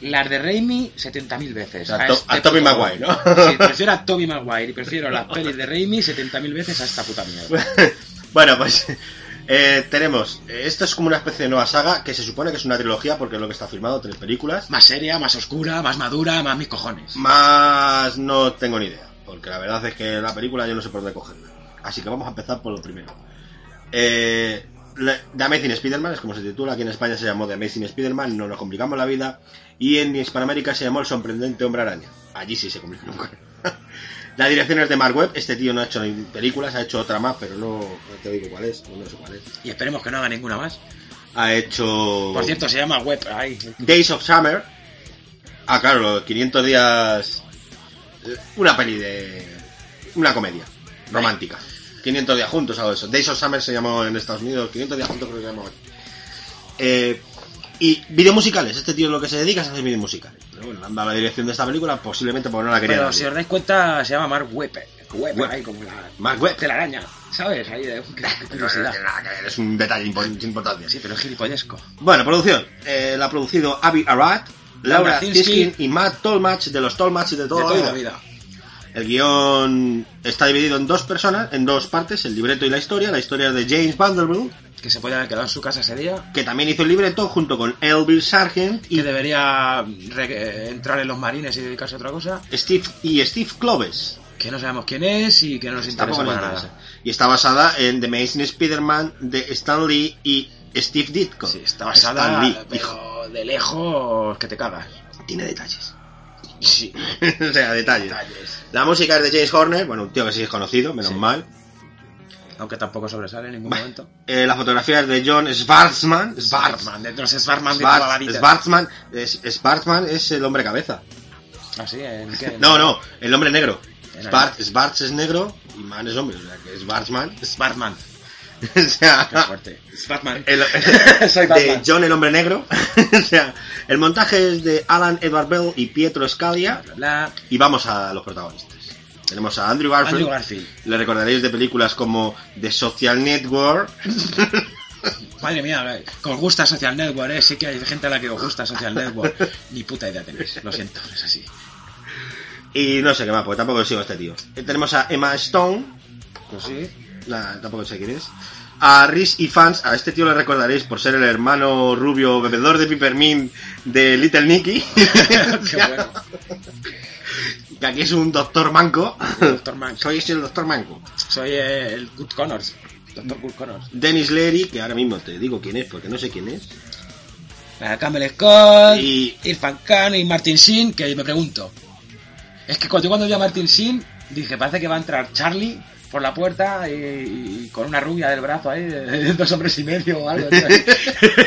A: las de Raimi 70.000 veces. este
B: A To- a Tobey
A: puto-
B: Maguire, ¿no?
A: Sí, prefiero a Tobey Maguire y prefiero las pelis de Raimi 70.000 veces a esta puta mierda.
B: bueno, pues eh, tenemos. eh, Esto es como una especie de nueva saga que se supone que es una trilogía porque es lo que está firmado, tres películas.
A: Más seria, más oscura, más madura, más mis cojones.
B: Más no tengo ni idea, porque la verdad es que la película yo no sé por dónde cogerla. Así que vamos a empezar por lo primero. Eh, le- The Amazing Spider-Man es como se titula, aquí en España se llamó The Amazing Spider-Man, no nos complicamos la vida, y en Hispanoamérica se llamó El Sorprendente Hombre Araña. Allí sí se complica un poco. La dirección es de Mark Webb, este tío no ha hecho ni películas, ha hecho otra más, pero no, no te digo cuál es, no sé cuál es.
A: Y esperemos que no haga ninguna más.
B: Ha hecho...
A: Por cierto, se llama Web. Ay,
B: Days of Summer. Ah, claro, los 500 días. eh, Una peli de. Una comedia romántica. 500 días juntos, algo de eso. Days of Summer se llamó en Estados Unidos. 500 días juntos creo que se llamó aquí. Eh, y videos musicales. Este tío lo que se dedica es a hacer videos musicales. Pero bueno, anda la dirección de esta película posiblemente porque no la quería.
A: pero
B: nadie.
A: si os dais cuenta, se llama Mark Webb. Webb,
B: Webb.
A: ahí como la
B: Mark Webb.
A: telaraña, ¿sabes? Ahí de qué- qué
B: Pero no
A: curiosidad.
B: tiene nada que ver, Es un detalle impo- sin importancia.
A: Sí, pero es gilipollesco.
B: Bueno, producción. Eh, la ha producido Abby Arad,
A: Laura
B: Laura
A: Zinski.
B: Zinski y Matt Tolmach de los Tolmach de toda,
A: de toda
B: la
A: la
B: vida.
A: vida.
B: El guión está dividido en dos personas, en dos partes, el libreto y la historia. La historia es de James Vanderbilt,
A: Que se podía haber quedado en su casa ese día.
B: que también hizo el libreto junto con Elvin Sargent
A: que
B: y
A: debería re- eh, entrar en los marines y dedicarse a otra cosa,
B: Steve y Steve Cloves.
A: que no sabemos quién es y que no nos interesa
B: Tampoco me
A: para
B: interesa.
A: nada.
B: Y está basada en The Amazing Spider-Man de Stan Lee y Steve Ditko.
A: Sí, está
B: Stan
A: basada,
B: Lee,
A: pero
B: hijo,
A: de lejos que te cagas.
B: tiene detalles.
A: Sí,
B: o sea, detalles.
A: detalles.
B: La música es de James Horner, bueno, un tío que sí es conocido, menos
A: Sí.
B: mal.
A: Aunque tampoco sobresale en ningún
B: Bah,
A: momento.
B: eh, la fotografía es de John Schwarzman. Schwarzman.
A: Bartman, de los Svartman de toda la
B: Schwarz-
A: vida.
B: Schwarzman. es- Schwarzman es el hombre cabeza.
A: ¿Ah, sí? ¿En qué?
B: No, no, el hombre negro.
A: En
B: Svart, Svarts es negro y man es hombre, o sea que es Bartman.
A: Svartman,
B: o
A: qué
B: sea,
A: fuerte. Svartman.
B: el-
A: Soy
B: de
A: Batman.
B: John el hombre negro. o sea, el montaje es de Alan Edward Bell y Pietro Scalia.
A: Bla, bla.
B: Y vamos a los protagonistas. Tenemos a Andrew Garfield.
A: Andrew Garfield.
B: le recordaréis de películas como The Social Network,
A: Madre mía, eh, que os gusta Social Network, ¿eh? Sí que hay gente a la que os gusta Social Network. Ni puta idea tenéis, lo siento, es así.
B: y no sé qué más, porque tampoco sigo a este tío. Eh, Tenemos a Emma Stone,
A: Pues sí.
B: la- tampoco sé quién es. A Riz y fans, a este tío le recordaréis por ser el hermano rubio bebedor de pipermint de Little Nicky.
A: Qué bueno.
B: que aquí es un doctor manco.
A: Doctor Manco.
B: Soy el doctor manco.
A: Soy el Good Connors. Doctor Good Connors.
B: Dennis Leary, que ahora mismo te digo quién es porque no sé quién es.
A: Ah, Campbell Scott,
B: Y-
A: Irfan Khan y Martin Sheen, que me pregunto. Es que cuando, yo cuando vi a Martin Sheen, dije, parece que va a entrar Charlie por la puerta y, y con una rubia del brazo ahí, de, de dos hombres y medio o algo. tío. Se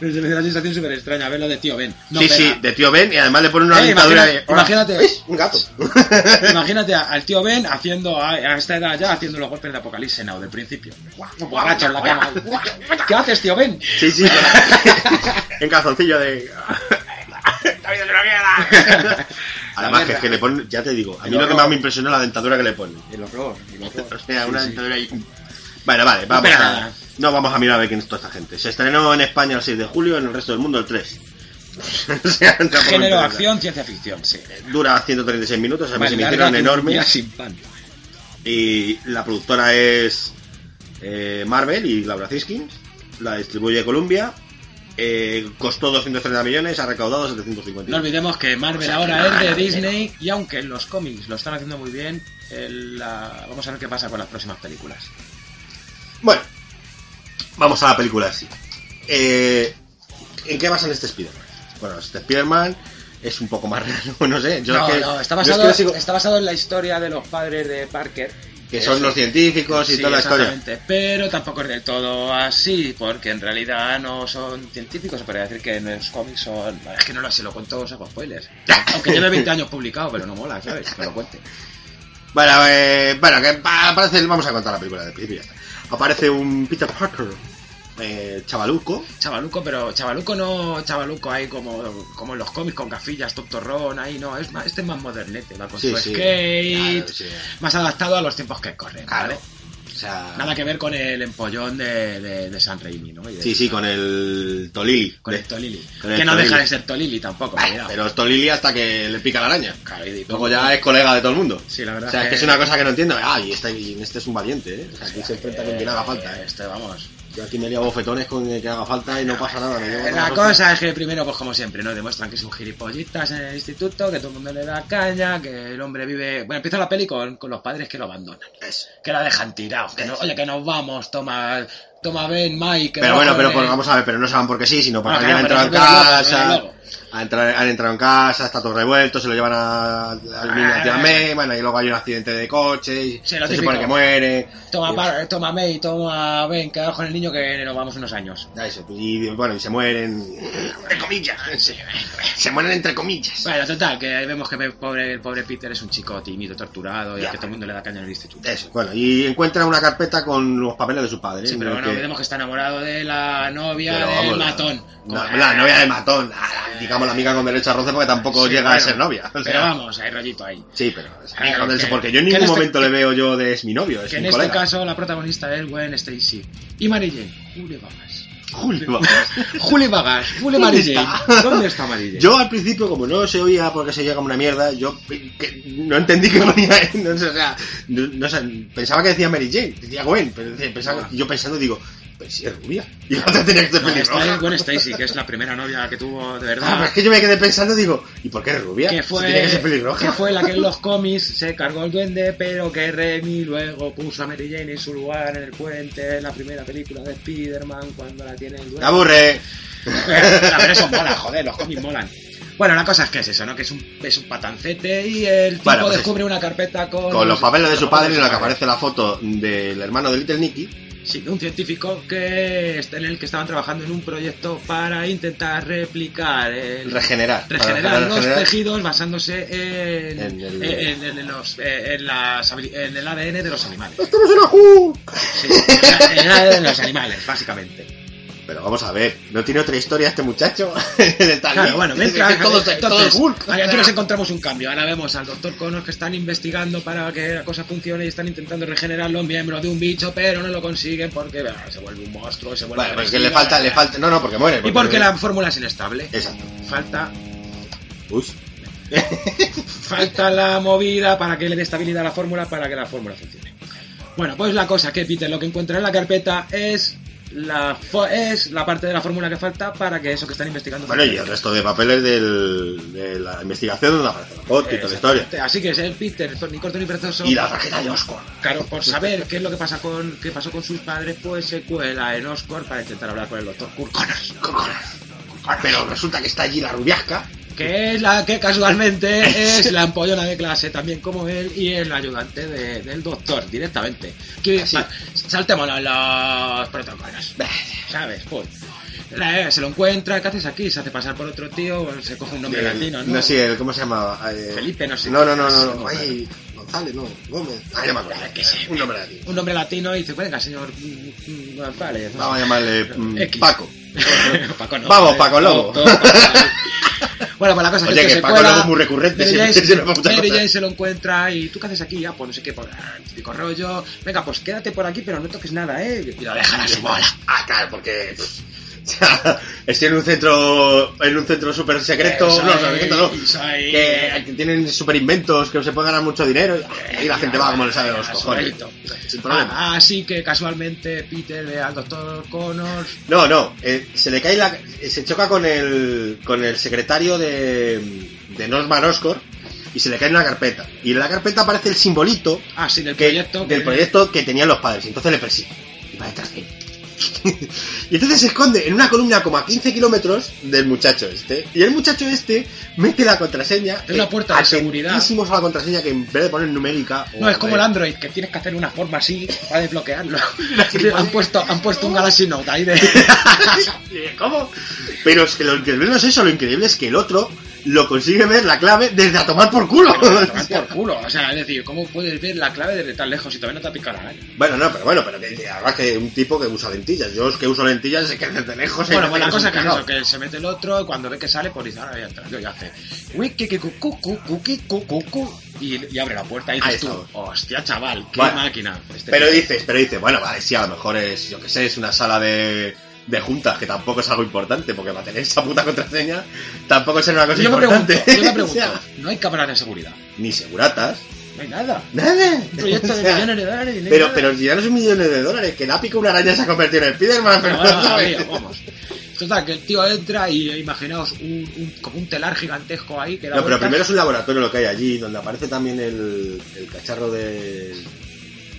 A: me dio una sensación súper extraña verlo de tío Ben. No
B: sí,
A: pega.
B: sí, de tío Ben y además le ponen una
A: Eh,
B: dentadura
A: imagina- imagínate.
B: de. ¡Hola! ¡Uy, Un gato.
A: Imagínate a- al tío Ben haciendo, a, a esta edad ya, haciendo los golpes de Apocalipsis Now del principio. Borracho en la cama. ¿Qué haces, tío Ben?
B: Sí, sí. con- en calzoncillo de. Además, que, es que le ponen, ya te digo, a mí
A: El
B: lo que
A: horror.
B: más me impresionó es la dentadura que le ponen.
A: El horror. El
B: O sea,
A: Sí,
B: una
A: sí.
B: dentadura ahí. Bueno, vale, vamos
A: pega
B: a,
A: nada.
B: no vamos a mirar a ver quién es toda esta gente. Se estrenó en España el 6 de julio, en el resto del mundo el 3. o sea, tampoco me
A: Género,
B: interesa.
A: acción, ciencia ficción, sí.
B: Dura 136 minutos, a mí
A: Más
B: se me
A: larga
B: hicieron
A: que un día
B: enormes.
A: sin pan.
B: Y la productora es eh, Marvel y Laura Ciskin. La distribuye Columbia. Eh, costó 230 millones, ha recaudado 750.
A: No olvidemos que Marvel
B: O sea,
A: ahora
B: que
A: es de
B: nada,
A: Disney y aunque los cómics lo están haciendo muy bien, el, la- vamos a ver qué pasa con las próximas películas.
B: Bueno, vamos a la película sí. Eh, ¿En qué basan este Spider-Man? Bueno, este Spider-Man es un poco más raro, no sé. Yo
A: no,
B: es que,
A: no, está
B: yo es
A: basado,
B: que lo sigo-
A: está basado en la historia de los padres de Parker.
B: que son los científicos y
A: Sí,
B: toda la historia.
A: exactamente, Pero tampoco es del todo así, porque en realidad no son científicos. Se podría decir que en los cómics son. Es que no lo sé, lo cuento, os hago spoilers. Aunque lleve 20 años publicado, pero no mola, ¿sabes? Que me lo cuente.
B: Bueno, eh, bueno, que pa- aparece, vamos a contar la película de principio. y ya está. Aparece un Peter Parker, eh, chavaluco,
A: Chavaluco, pero chavaluco no chavaluco ahí como, como en los cómics con gafillas, tontorrón, ahí no, es más, este es más modernete, va con
B: Sí,
A: su
B: sí.
A: skate,
B: Claro, sí.
A: más adaptado a los tiempos que corren,
B: Claro.
A: ¿vale?
B: O sea,
A: Nada que ver con el empollón de, de, de San Raimi, ¿no? Y de-
B: sí, sí, con el Tolili.
A: Con el
B: De-
A: Tolili.
B: con el
A: que no
B: Tolili.
A: deja de ser Tolili tampoco, cuidado.
B: Pero es Tolili hasta que le pica la araña.
A: Claro, y-
B: Luego ya es colega de todo el mundo.
A: Sí, la verdad
B: O sea, es que
A: que-
B: es una cosa que no entiendo. Ah, y este, y este es un valiente, ¿eh? O sea, aquí se enfrenta con quien haga falta, ¿eh?
A: Este, vamos.
B: Yo aquí me he liado bofetones con el que haga falta y no pasa nada. me llevo
A: Eh,
B: una
A: La
B: hostia.
A: cosa es que primero, pues como siempre, nos demuestran que son gilipollitas en el instituto, que todo el mundo le da caña, que el hombre vive... Bueno, empieza la peli con, con los padres que lo abandonan.
B: Eso.
A: que la dejan tirado. Que no- oye, que nos vamos, toma, toma Ben, Mike. que
B: Pero
A: vamos
B: bueno,
A: con
B: pero
A: Ben.
B: pues, vamos a ver, pero no se van porque sí, sino porque
A: Bueno,
B: alguien ha
A: claro, pero
B: entrado en
A: es que no es
B: casa.
A: loco, no es
B: ha entra- Han entrado en casa, está todo revuelto, se lo llevan a, al niño a tía
A: Ah.
B: May, bueno, y luego hay un accidente de coche, y
A: Sí,
B: se
A: lo típico.
B: supone que muere.
A: Toma,
B: y-
A: Par- toma May, toma Ben, quedaos con el niño que nos vamos unos años.
B: Ah, eso, y bueno, y se mueren. Entre comillas. Se mueren entre comillas.
A: Bueno, total, que ahí vemos que el pobre, el pobre Peter es un chico tímido, torturado y
B: Ya. Eh,
A: al que todo el mundo le da caña en el instituto.
B: Eso, bueno, y encuentra una carpeta con los papeles de su padre.
A: Sí,
B: en
A: pero
B: el
A: bueno,
B: que-
A: vemos que está enamorado de la novia
B: pero
A: del
B: vamos, la-
A: matón.
B: no,
A: Como-
B: La, novia del matón. Ah, la- digamos la amiga con derecho a roce porque tampoco
A: Sí,
B: llega a
A: bueno,
B: ser novia. o sea,
A: Pero vamos, hay rollito ahí.
B: Sí, pero es
A: Ah,
B: amiga con derecho,
A: que-
B: porque yo en
A: que en
B: ningún
A: este-
B: momento le veo yo de es mi novio, es
A: Que en
B: mi
A: este
B: colega.
A: caso la protagonista es Gwen Stacy. Y Mary Jane, Julie Bagas.
B: Julio,
A: Julie Bagas, Julie
B: ¿Dónde
A: Mary Jane.
B: está?
A: ¿Dónde está Mary Jane?
B: Yo al principio, como no se oía porque se llega una mierda, yo que- no entendí que ponía. No sé, o sea, no- no sé, pensaba que decía Mary Jane, decía Gwen, pero decía- pensaba- yo pensando digo, pues sí, es rubia. Y la otra tenía que ser
A: No, esta
B: pelirroja.
A: es Gwen Stacy, que es la primera novia que tuvo de
B: Ah, pero
A: verdad.
B: es que yo me quedé pensando, digo, ¿y por qué es rubia?
A: Que
B: Si
A: fue,
B: tiene que ser pelirroja.
A: que fue la que en los cómics se cargó el duende, pero que Remy luego puso a Mary Jane en su lugar en el puente, en la primera película de Spider-Man, cuando la tiene el
B: Me
A: duende.
B: aburre.
A: La verdad eso mola, joder, los cómics molan. Bueno, la cosa es que es eso, ¿no? Que es un, es un patancete y el tipo
B: Bueno, pues
A: descubre una carpeta con...
B: Con los papeles de su padre en la que
A: cabeza
B: aparece la foto del hermano de Little Nicky.
A: Sí, de un científico que está en el que estaban trabajando en un proyecto para intentar replicar el
B: Regenerar. Para
A: regenerar los
B: regenerar.
A: tejidos basándose en,
B: En el-
A: en- en- en los- eh, en las habili- en el ADN de los animales.
B: ¡Estamos en la ju!
A: Sí, en el ADN de los animales, básicamente.
B: Pero vamos a ver, ¿no tiene otra historia este muchacho? De tal-
A: Claro, bueno, mientras,
B: todo, todo
A: entonces,
B: el Hulk.
A: ahí aquí nos encontramos un cambio. Ahora vemos al doctor Connors que están investigando para que la cosa funcione y están intentando regenerar los miembros de un bicho, pero no lo consiguen porque bueno, se vuelve un monstruo, se vuelve
B: Bueno, porque
A: agresivo,
B: pues le falta, le falta. No, no, porque muere.
A: Y porque la fórmula es inestable.
B: Exacto.
A: Falta
B: Uy.
A: falta la movida para que le dé estabilidad a la fórmula para que la fórmula funcione. Bueno, pues la cosa que Peter lo que encuentra en la carpeta es la, fo- es la parte de la fórmula que falta para que eso que están investigando.
B: Bueno, y el resto de papeles del- de la investigación donde aparece la
A: Eh,
B: foto y toda la historia.
A: Exactamente. Así que es el Peter, ni corto ni perezoso.
B: Y la tarjeta de Oscar.
A: Claro, por saber qué es lo que pasa con qué pasó con sus padres, pues se cuela en Oscorp para intentar hablar con el doctor Kurt Connors,
B: Pero resulta que está allí la rubiasca.
A: que es la que casualmente es la empollona de clase también como él y es la ayudante de- del doctor directamente. Que
B: Así.
A: sa- saltémonos los protocolos, ¿sabes? Pues, la- eh, se lo encuentra, ¿qué haces aquí? Se hace pasar por otro tío, se coge un nombre
B: El-
A: latino, ¿no?
B: Eh, sé, el- ¿cómo se llamaba? Eh,
A: Felipe, no sé.
B: No, no, no, no.
A: Sí,
B: no. Ay, González, no. Gómez. Ah, ya me acuerdo.
A: Ah, que sí.
B: Un nombre latino.
A: Un nombre latino y dice, venga, señor mm, mm, González. ¿no?
B: Vamos a llamarle mm,
A: X.
B: Paco.
A: Paco no.
B: Vamos, Paco Lobo.
A: Doctor, Paco. bueno, pues la cosa
B: Oye,
A: es que,
B: que
A: se
B: Paco
A: cuela,
B: Lobo es muy recurrente,
A: Mary
B: siempre-
A: Jane,
B: siempre me gusta
A: Mary
B: contar.
A: Jane se lo encuentra y tú qué haces aquí, ah, pues no sé qué, pues, ah, típico rollo. Venga, pues quédate por aquí, pero no toques nada, ¿eh? Y lo dejan a su bola.
B: Ah, claro, porque. pff, o sea, Estoy en un centro en un centro súper secreto,
A: Eh, soy-
B: no, no, secreto no,
A: soy-
B: que que tienen súper inventos que se pueden ganar mucho dinero y la gente va como le sale a los
A: Ah,
B: cojones.
A: solito.
B: Sin problema.
A: Ah, así que casualmente Peter ve al doctor Connors.
B: No, no, eh, se le cae la. Se choca con el, con el secretario de, de Norman Oscor y se le cae en la carpeta. Y en la carpeta aparece el simbolito
A: Ah, sí, del
B: que-
A: proyecto.
B: del
A: que-
B: proyecto que tenían los padres. Y entonces le persigue. Y va detrás de él. y entonces se esconde en una columna como a 15 kilómetros del muchacho este. Y el muchacho este mete la contraseña.
A: Es la puerta de seguridad.
B: Hicimos la contraseña que en vez de poner numérica. o-
A: No, es como el
B: eh,
A: Android, que tienes que hacer una forma así para desbloquearlo. han, puesto, han puesto un Galaxy Note ahí de...
B: ¿Cómo? Pero es que lo increíble no es eso, lo increíble es que el otro lo consigue ver la clave desde a tomar por culo.
A: Pero te van por culo, o sea, es decir, ¿cómo puedes ver la clave desde tan lejos si todavía no te ha picado la gana?
B: bueno, no, pero bueno, pero que, que además que un tipo que usa lentillas. Yo es que uso lentillas es que desde lejos eh,
A: Bueno,
B: hay
A: pues la
B: que
A: cosa es que, es
B: no.
A: eso, que se mete el otro y cuando ve que sale, pues dice, ahora voy a entrar, yo ya hace wiki, ki, cu, cu, cu, cu, ki, cu, cu, cu, y, y abre la puerta y
B: Ahí
A: dices tú,
B: estamos.
A: hostia chaval, qué
B: Bueno.
A: máquina. Este
B: Pero
A: tío.
B: dices, pero dices, bueno, vale, sí, a lo mejor es, yo que sé, es una sala de, de juntas, que tampoco es algo importante, porque para tener esa puta contraseña tampoco es una cosa
A: yo me pregunto,
B: "Pues importante.
A: yo me
B: O
A: pregunto,
B: sea,
A: no hay cámaras de seguridad,
B: ni seguratas,
A: no hay nada.
B: nada.
A: Un proyecto de
B: O sea,
A: millones de dólares y no hay
B: Pero,
A: nada.
B: pero si ya no son millones de dólares, que la pica una araña se ha convertido en Spiderman.
A: Pero
B: pero
A: bueno, ahora,
B: no sabes.
A: mira, vamos. Total, que el tío entra y eh, imaginaos un, un- como un telar gigantesco ahí que da
B: No, pero
A: vueltas.
B: primero es un laboratorio lo que hay allí, donde aparece también el, el cacharro de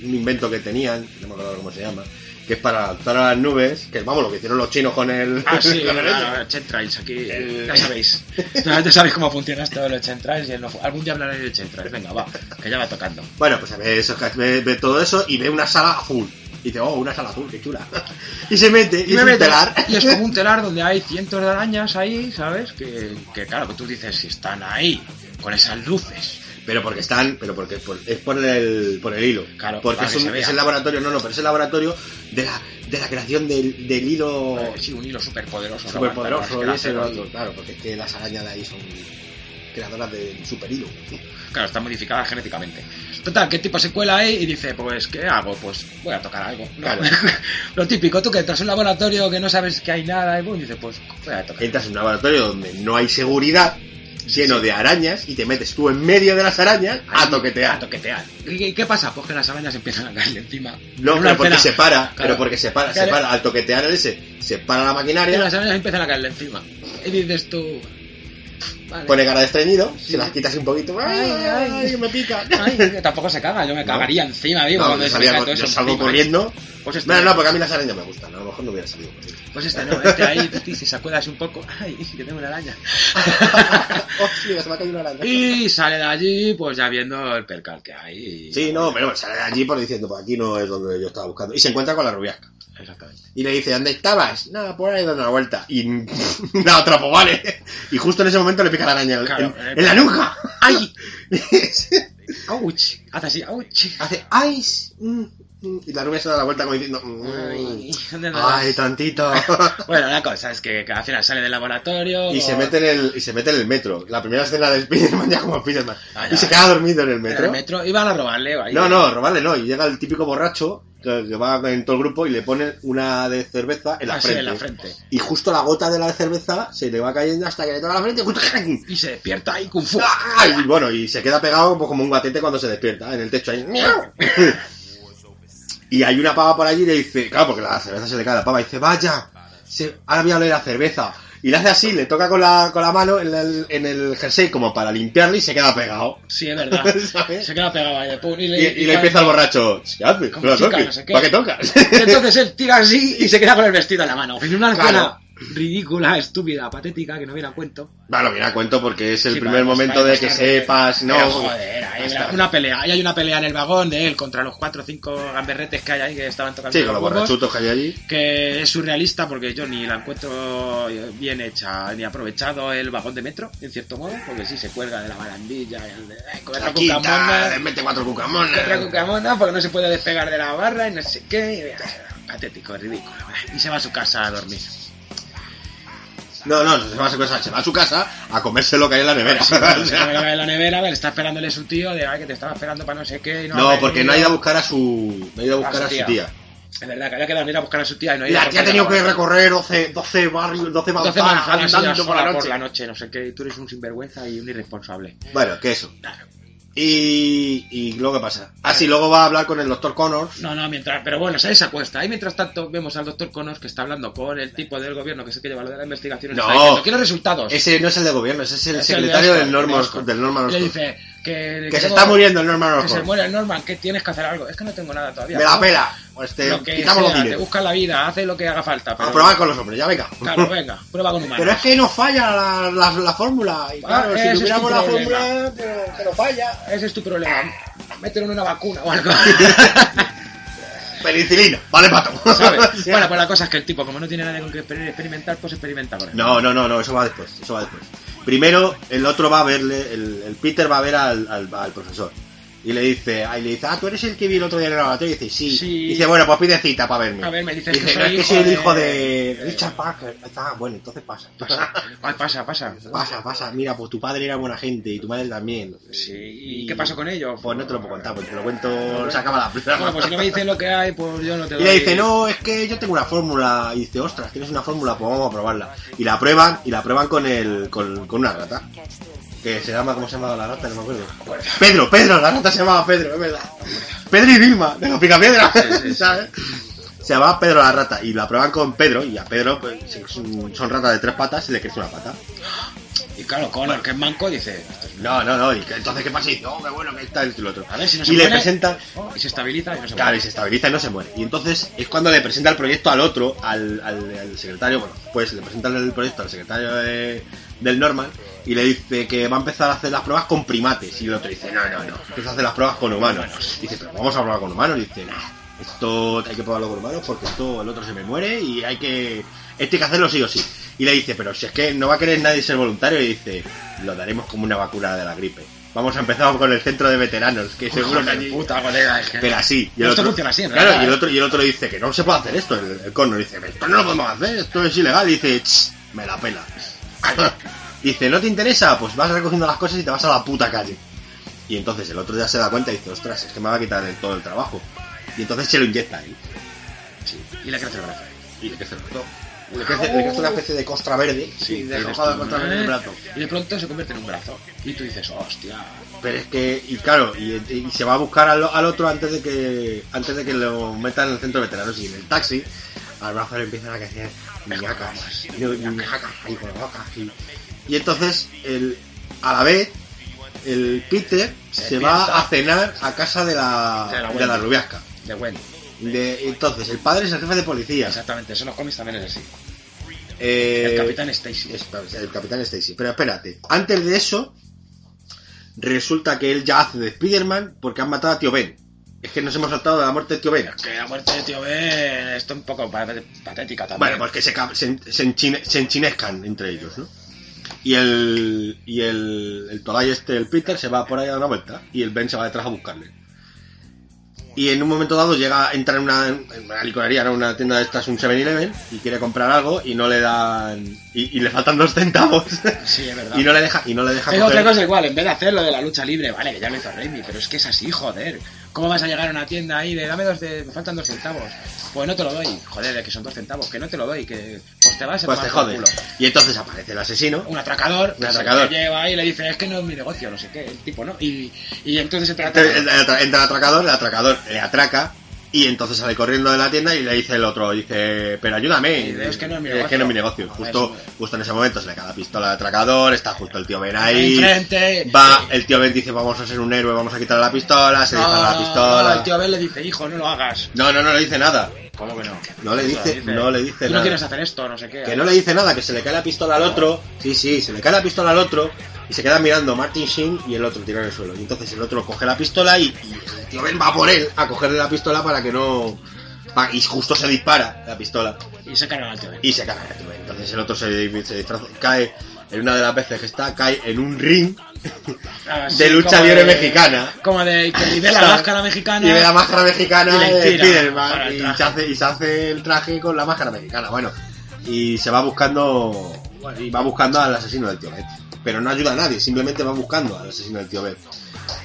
B: un invento que tenían, no me acuerdo cómo se llama, que es para alzar a las nubes, que vamos, lo que hicieron los chinos con el...
A: Ah, sí, Eh.
B: con el-
A: claro, Chemtrails, aquí
B: El-
A: ya sabéis. Ya, ya sabéis cómo funciona esto de los Chemtrails. y el no- Algún día hablaré de Chemtrails, venga, va, que ya va tocando.
B: Bueno, pues ve, eso, ve, ve todo eso y ve una sala azul. Y dice, oh, una sala azul, qué chula. Y se mete, y,
A: me
B: es un
A: meto,
B: telar.
A: y es como un telar donde hay cientos de arañas ahí, ¿sabes? Que, que claro, que tú dices, si están ahí, con esas luces.
B: Pero porque están, pero porque por- es por el, por el hilo.
A: Claro,
B: porque
A: para
B: es,
A: que
B: un-
A: se vea.
B: es el laboratorio, no, no, pero es el laboratorio de la, de la creación del, del hilo
A: Sí, un hilo superpoderoso. ¿no?
B: Oh. superpoderoso. Y
A: Aguanta
B: ese
A: los
B: otro,
A: cráteros
B: claro, porque es que las arañas de ahí son creadoras de super hilo.
A: y- Claro, está modificada genéticamente. Total, que el tipo se cuela ahí y dice, pues, ¿qué hago? Pues voy a tocar algo. ¿no?
B: Claro.
A: Lo típico, tú que entras a un laboratorio que no sabes que hay nada, y boom, dices, pues voy a tocar.
B: Entras en un laboratorio donde no hay seguridad, lleno de arañas, y te metes tú en medio de las arañas a toquetear.
A: A toquetear. ¿Y qué- qué pasa? Pues que las arañas empiezan a caerle encima.
B: No,
A: Una
B: pero porque
A: escena-
B: se para, pero
A: Claro.
B: porque se para, se
A: Claro.
B: para, al toquetear el ese, se para la
A: Y
B: maquinaria,
A: las arañas empiezan a caerle encima. Y dices tú... Vale.
B: pone cara de estreñido,
A: Sí.
B: se las quitas un poquito,
A: Ay,
B: ay,
A: ay.
B: ay, me pica.
A: Ay, que tampoco se caga, yo me
B: No.
A: cagaría encima, digo.
B: No,
A: cuando
B: yo,
A: se me
B: salía
A: cae
B: con-
A: todo
B: yo
A: eso
B: salgo
A: encima.
B: corriendo.
A: Pues este,
B: Bueno, no, porque a mí las arañas me gustan, a lo mejor no hubiera salido corriendo.
A: pues este no, este ahí dice, sacude así un poco. Ay, que tengo una araña.
B: Hostia, Oh, se me ha caído una araña.
A: Y sale de allí, pues ya viendo el percal que hay.
B: Sí, no, pero sale de allí por diciendo, pues aquí no es donde yo estaba buscando. Y se encuentra con la rubiasca.
A: Exactamente.
B: Y le dice, ¿dónde estabas? Nada, por ahí dando una vuelta. Y nada, trapo, vale. Y justo en ese momento le pica la araña en-
A: Claro,
B: en,
A: eh,
B: en la nuca.
A: ¡Ay!
B: ¡Ay!
A: ¡Auch! Hace así, ¡auch!
B: hace ¡ay! s- mm, mm", Y la rubia se da la vuelta como diciendo ¡ay,
A: ¿dónde me vas?
B: ay tantito!
A: Bueno, la cosa es que al final sale del laboratorio.
B: y, se mete en el, y se mete en el metro. La primera escena de Spiderman ya como Spiderman.
A: Ah, ya.
B: y se queda dormido en el
A: en
B: metro.
A: el metro. Y van a robarle. ahí.
B: No, no, robarle no. Y llega el típico borracho que, que va en todo el grupo y le pone una de cerveza en la,
A: Así,
B: frente.
A: Ah, en la frente.
B: Y justo la gota de la cerveza se le va cayendo hasta que le toca la frente y justo ¡crack!
A: Y se despierta ahí, Kung Fu.
B: ¡Ah! Y bueno, y se queda pegado pues, como un guatete cuando se despierta en el techo ahí. ¡miau! Y hay una pava por allí y le dice, claro, porque la cerveza se le cae a la pava, y dice, vaya, se- ahora voy a oler la cerveza. Y le hace así, le toca con la, con la mano en el, en el jersey como para limpiarle y se queda pegado.
A: Sí, es verdad.
B: ¿Sabes?
A: Se queda pegado ahí de pum, Y
B: Y,
A: le,
B: y le empieza el borracho, ¿qué haces?
A: Como
B: No la
A: chica,
B: toques.
A: no sé qué".
B: ¿Para qué tocas?
A: Entonces él tira así y se queda con el vestido en la mano. Es una
B: Claro.
A: escena ridícula, estúpida, patética, que no viene a cuento.
B: Bueno, mira, cuento porque es el
A: Sí,
B: primer
A: para
B: momento
A: demostrar-
B: de que
A: demostrar que-
B: sepas, no.
A: Pero, joder, ahí
B: Basta.
A: la- una pelea. Ahí hay una pelea en el vagón de él contra los cuatro o cinco gamberretes que hay ahí que estaban tocando.
B: Sí, con
A: los
B: los
A: bombos,
B: borrachutos que hay allí.
A: Que es surrealista porque yo ni la encuentro bien hecha, ni aprovechado el vagón de metro, en cierto modo, porque sí se cuelga de la barandilla, el de, eh, con
B: La
A: esta
B: quita,
A: cucamona,
B: mete cuatro
A: otra
B: cucamonas.
A: cucamona, porque no se puede despegar de la barra y no sé qué. y- Patético, ridículo. Y se va a su casa a dormir.
B: No, no, no se va a su casa, se va a su casa a comerse lo que hay en la nevera. O
A: Se
B: sea,
A: va en la nevera, le está esperándole su tío, de ay, que te estaba esperando para no sé qué. y
B: no, porque no ha ido
A: venido".
B: a buscar a su. No ha ido a buscar
A: A
B: a
A: su tía.
B: su tía.
A: Es verdad que había quedado en ir a buscar a su tía y no ha
B: Y
A: ido
B: la
A: porque
B: tía ha tenido que
A: estaba-
B: recorrer 12, 12 barrios, 12
A: Entonces
B: manzanas
A: ella
B: andando por
A: sola
B: la
A: por
B: noche.
A: la noche, no sé qué, y tú eres un sinvergüenza y un irresponsable.
B: Bueno, que eso. Y, y luego qué pasa. Ah, sí, luego va a hablar con el doctor Connors.
A: No, no, mientras, pero bueno, se acuesta. Ahí mientras tanto vemos al doctor Connors que está hablando con el tipo del gobierno que es el que lleva lo de la investigación. y
B: No.
A: está diciendo, quiero resultados.
B: Ese no es el de gobierno, ese es el
A: Es el de
B: secretario
A: Oscar,
B: del Norman
A: de Oscar.
B: Osco- del Norman
A: Le
B: Osco.
A: dice que,
B: Que se
A: tengo-
B: está muriendo el Norman
A: Que se
B: Oscar.
A: muere el Norman, que tienes que hacer algo. Es que no tengo nada todavía.
B: Me la
A: ¿no?
B: pela. Pues te
A: Lo que
B: quitamos los
A: sea, te
B: dineros.
A: busca la vida, hace lo que haga falta. pero-
B: A probar con los hombres, ya venga.
A: Claro, venga, prueba con humanos.
B: Pero es que no falla la, la- la fórmula. Y
A: Ah,
B: claro,
A: ese
B: si
A: es
B: tuviéramos
A: tu
B: la
A: problema.
B: fórmula, pero que no falla.
A: Ese es tu problema. Mételo en una vacuna o algo.
B: Penicilina, vale, pato.
A: ¿sabes? Bueno, pues la cosa es que el tipo, como no tiene nada con que exper- experimentar, pues experimenta con él.
B: No, no, no, no, eso va después, eso va después. Primero, el otro va a verle, el, el Peter va a ver al, al- al profesor. Y le dice, ah, y le dice, ah, tú eres el que vi el otro día en el laboratorio. Y dice, sí.
A: Sí.
B: Y Dice, bueno, pues pide cita para verme.
A: A ver, me dices
B: dice,
A: que
B: no,
A: soy
B: es que
A: hijo
B: soy el
A: de-
B: hijo de Richard Parker. Está, bueno, entonces pasa.
A: Pasa, Ay, pasa, pasa.
B: Pasa, pasa. Mira, pues tu padre era buena gente y tu madre también. Eh,
A: Sí, ¿y qué pasó con ellos?
B: Pues no te lo puedo contar, porque te lo cuento, se acaba la plena.
A: Bueno, pues si no me dicen lo que hay, pues yo no te
B: Y
A: doy.
B: le dice, no, es que yo tengo una fórmula. Y dice, ostras, tienes una fórmula, pues vamos a probarla. Y la prueban, y la prueban con el, con, con una rata. Que se llama, ¿cómo se llamaba la rata? No me acuerdo. Pedro, Pedro, la rata se llamaba Pedro, es verdad. Pedro y Vilma, de los picapiedra, ¿sabes? Se llamaba Pedro la rata, y la prueban con Pedro, y a Pedro, pues, es un- son ratas de tres patas, y le crece una pata.
A: Y claro, Connor, que es manco, dice,
B: No, no, no, y que- entonces, ¿qué pasa? Y dice, no, qué bueno, que está el otro.
A: a ver si no se
B: Y le
A: muere, Oh,
B: presenta...
A: Y se estabiliza y no se
B: Claro, y
A: muere.
B: se estabiliza y no se muere. Y entonces es cuando le presenta el proyecto al otro, al, al- al secretario, bueno, pues le presenta el proyecto al secretario de- del Norman y le dice que va a empezar a hacer las pruebas con primates. Y el otro dice, no, no, no, empieza a hacer las pruebas con humanos. dice, pero vamos a probar con humanos. Y dice, no, esto hay que probarlo con humanos porque esto el otro se me muere y hay que... Este hay que hacerlo sí o sí. Y le dice, pero si es que no va a querer nadie ser voluntario, y dice, lo daremos como una vacuna de la gripe. Vamos a empezar con el centro de veteranos, que seguro que
A: Joder,
B: allí-
A: puta, colega, es que...
B: pero así.
A: Pero esto funciona así, en
B: claro,
A: realidad,
B: y el
A: ¿eh?
B: otro, y el otro dice que no se puede hacer esto. El, el Connor dice, esto no lo podemos hacer, esto es ilegal. Y dice, "Ch, me la pela. dice, ¿no te interesa? Pues vas recogiendo las cosas y te vas a la puta calle. Y entonces el otro ya se da cuenta y dice, ostras, es que me va a quitar el- todo el trabajo. Y entonces se lo inyecta a él.
A: Sí, y le crece el brazo.
B: Y le crece el brazo. Le crece, le crece una especie de costra verde. Sí, de
A: Dices
B: rojada
A: tú,
B: contra
A: ¿eh?
B: el brazo.
A: Y de pronto se convierte en un brazo. Y tú dices, hostia,
B: Pero es que, y claro, y, y se va a buscar al, al otro antes de que antes de que lo metan en el centro de veteranos y en el taxi, al brazo le empiezan a crecer miñacas, y- miñacas, y gorgocas, y, y entonces, el, a la vez, el Peter se, va a cenar a casa de la,
A: De la
B: de
A: Wendy.
B: la rubiasca.
A: de bueno.
B: De- entonces, el padre es el jefe de policía.
A: Exactamente, eso en los cómics también es así.
B: Eh,
A: El capitán Stacy.
B: es- o sea, el capitán Stacy. Pero espérate, antes de eso, resulta que él ya hace de Spider-Man porque han matado a tío Ben. Es que nos hemos saltado de la muerte de tío Ben.
A: Que la muerte de tío Ben, esto es un poco pa- patética también.
B: Bueno, pues que se, ca- se, en- se enchine- se enchinescan entre ellos, ¿no? Y el, y el, el Tolai este, el Peter, se va por ahí a dar una vuelta y el Ben se va detrás a buscarle. Y en un momento dado llega, entra en una, en una licorería, ¿no? una tienda de estas, un 7-Eleven, y quiere comprar algo y no le dan... y, y le faltan dos centavos.
A: Sí, es verdad.
B: pues y no le deja y no le deja
A: Es
B: coger-
A: otra cosa igual, en vez de hacer lo de la lucha libre, vale, que ya lo hizo Raimi, pero es que es así, joder. ¿Cómo vas a llegar a una tienda ahí de dame dos de. me faltan dos centavos? Pues no te lo doy, joder, de que son dos centavos, que no te lo doy, que. Pues te vas a
B: pues te
A: tomar por
B: jode
A: culo.
B: y entonces aparece el asesino
A: Un atracador,
B: Un
A: que se-
B: atracador.
A: que lleva ahí y le dice, es que no es mi negocio, no sé qué, el tipo, ¿no? Y, y entonces se trata.
B: entra el atracador el atracador le atraca Y entonces sale corriendo de la tienda y le dice el otro, dice, pero ayúdame.
A: Y dice, "Es que no es mi
B: Es que no es mi
A: negocio".
B: negocio.
A: Joder,
B: Justo,
A: eso.
B: justo en ese momento se le cae la pistola de atracador, está justo el tío Ben ahí.
A: Enfrente.
B: Va, el tío Ben dice, vamos a ser un héroe, vamos a quitar la pistola, se
A: No,
B: dispara la
A: no, Ah, el
B: pistola.
A: tío Abel le dice, hijo, no lo hagas.
B: No, no, no le dice nada.
A: ¿Cómo que no?
B: No le dice- no le dice
A: Tú no
B: nada.
A: quieres hacer esto, no sé qué.
B: Que no le dice nada, que se le cae la pistola al otro. Sí, sí, se le cae la pistola al otro y se queda mirando Martin Sheen y el otro tirado en el suelo. Y entonces el otro coge la pistola y, y el tío Ben va por él a cogerle la pistola para que no... pa- Y justo se dispara la pistola
A: Y se cargan al tío Abel.
B: y se carga el tío Ben. Entonces el otro se, se disfraza, cae en una de las veces que está, cae en un ring
A: Ah, sí,
B: de lucha
A: como
B: libre mexicana.
A: Como de que le ve la
B: ¿Sabes?
A: máscara mexicana.
B: Y ve la máscara mexicana
A: Y la
B: de
A: inspira para
B: Spiderman
A: el
B: y
A: traje.
B: se, hace, y se hace el traje con la máscara mexicana, bueno. Y se va buscando bueno, y va buscando al asesino del tío Ben. Pero no ayuda a nadie, simplemente va buscando al asesino del tío Ben.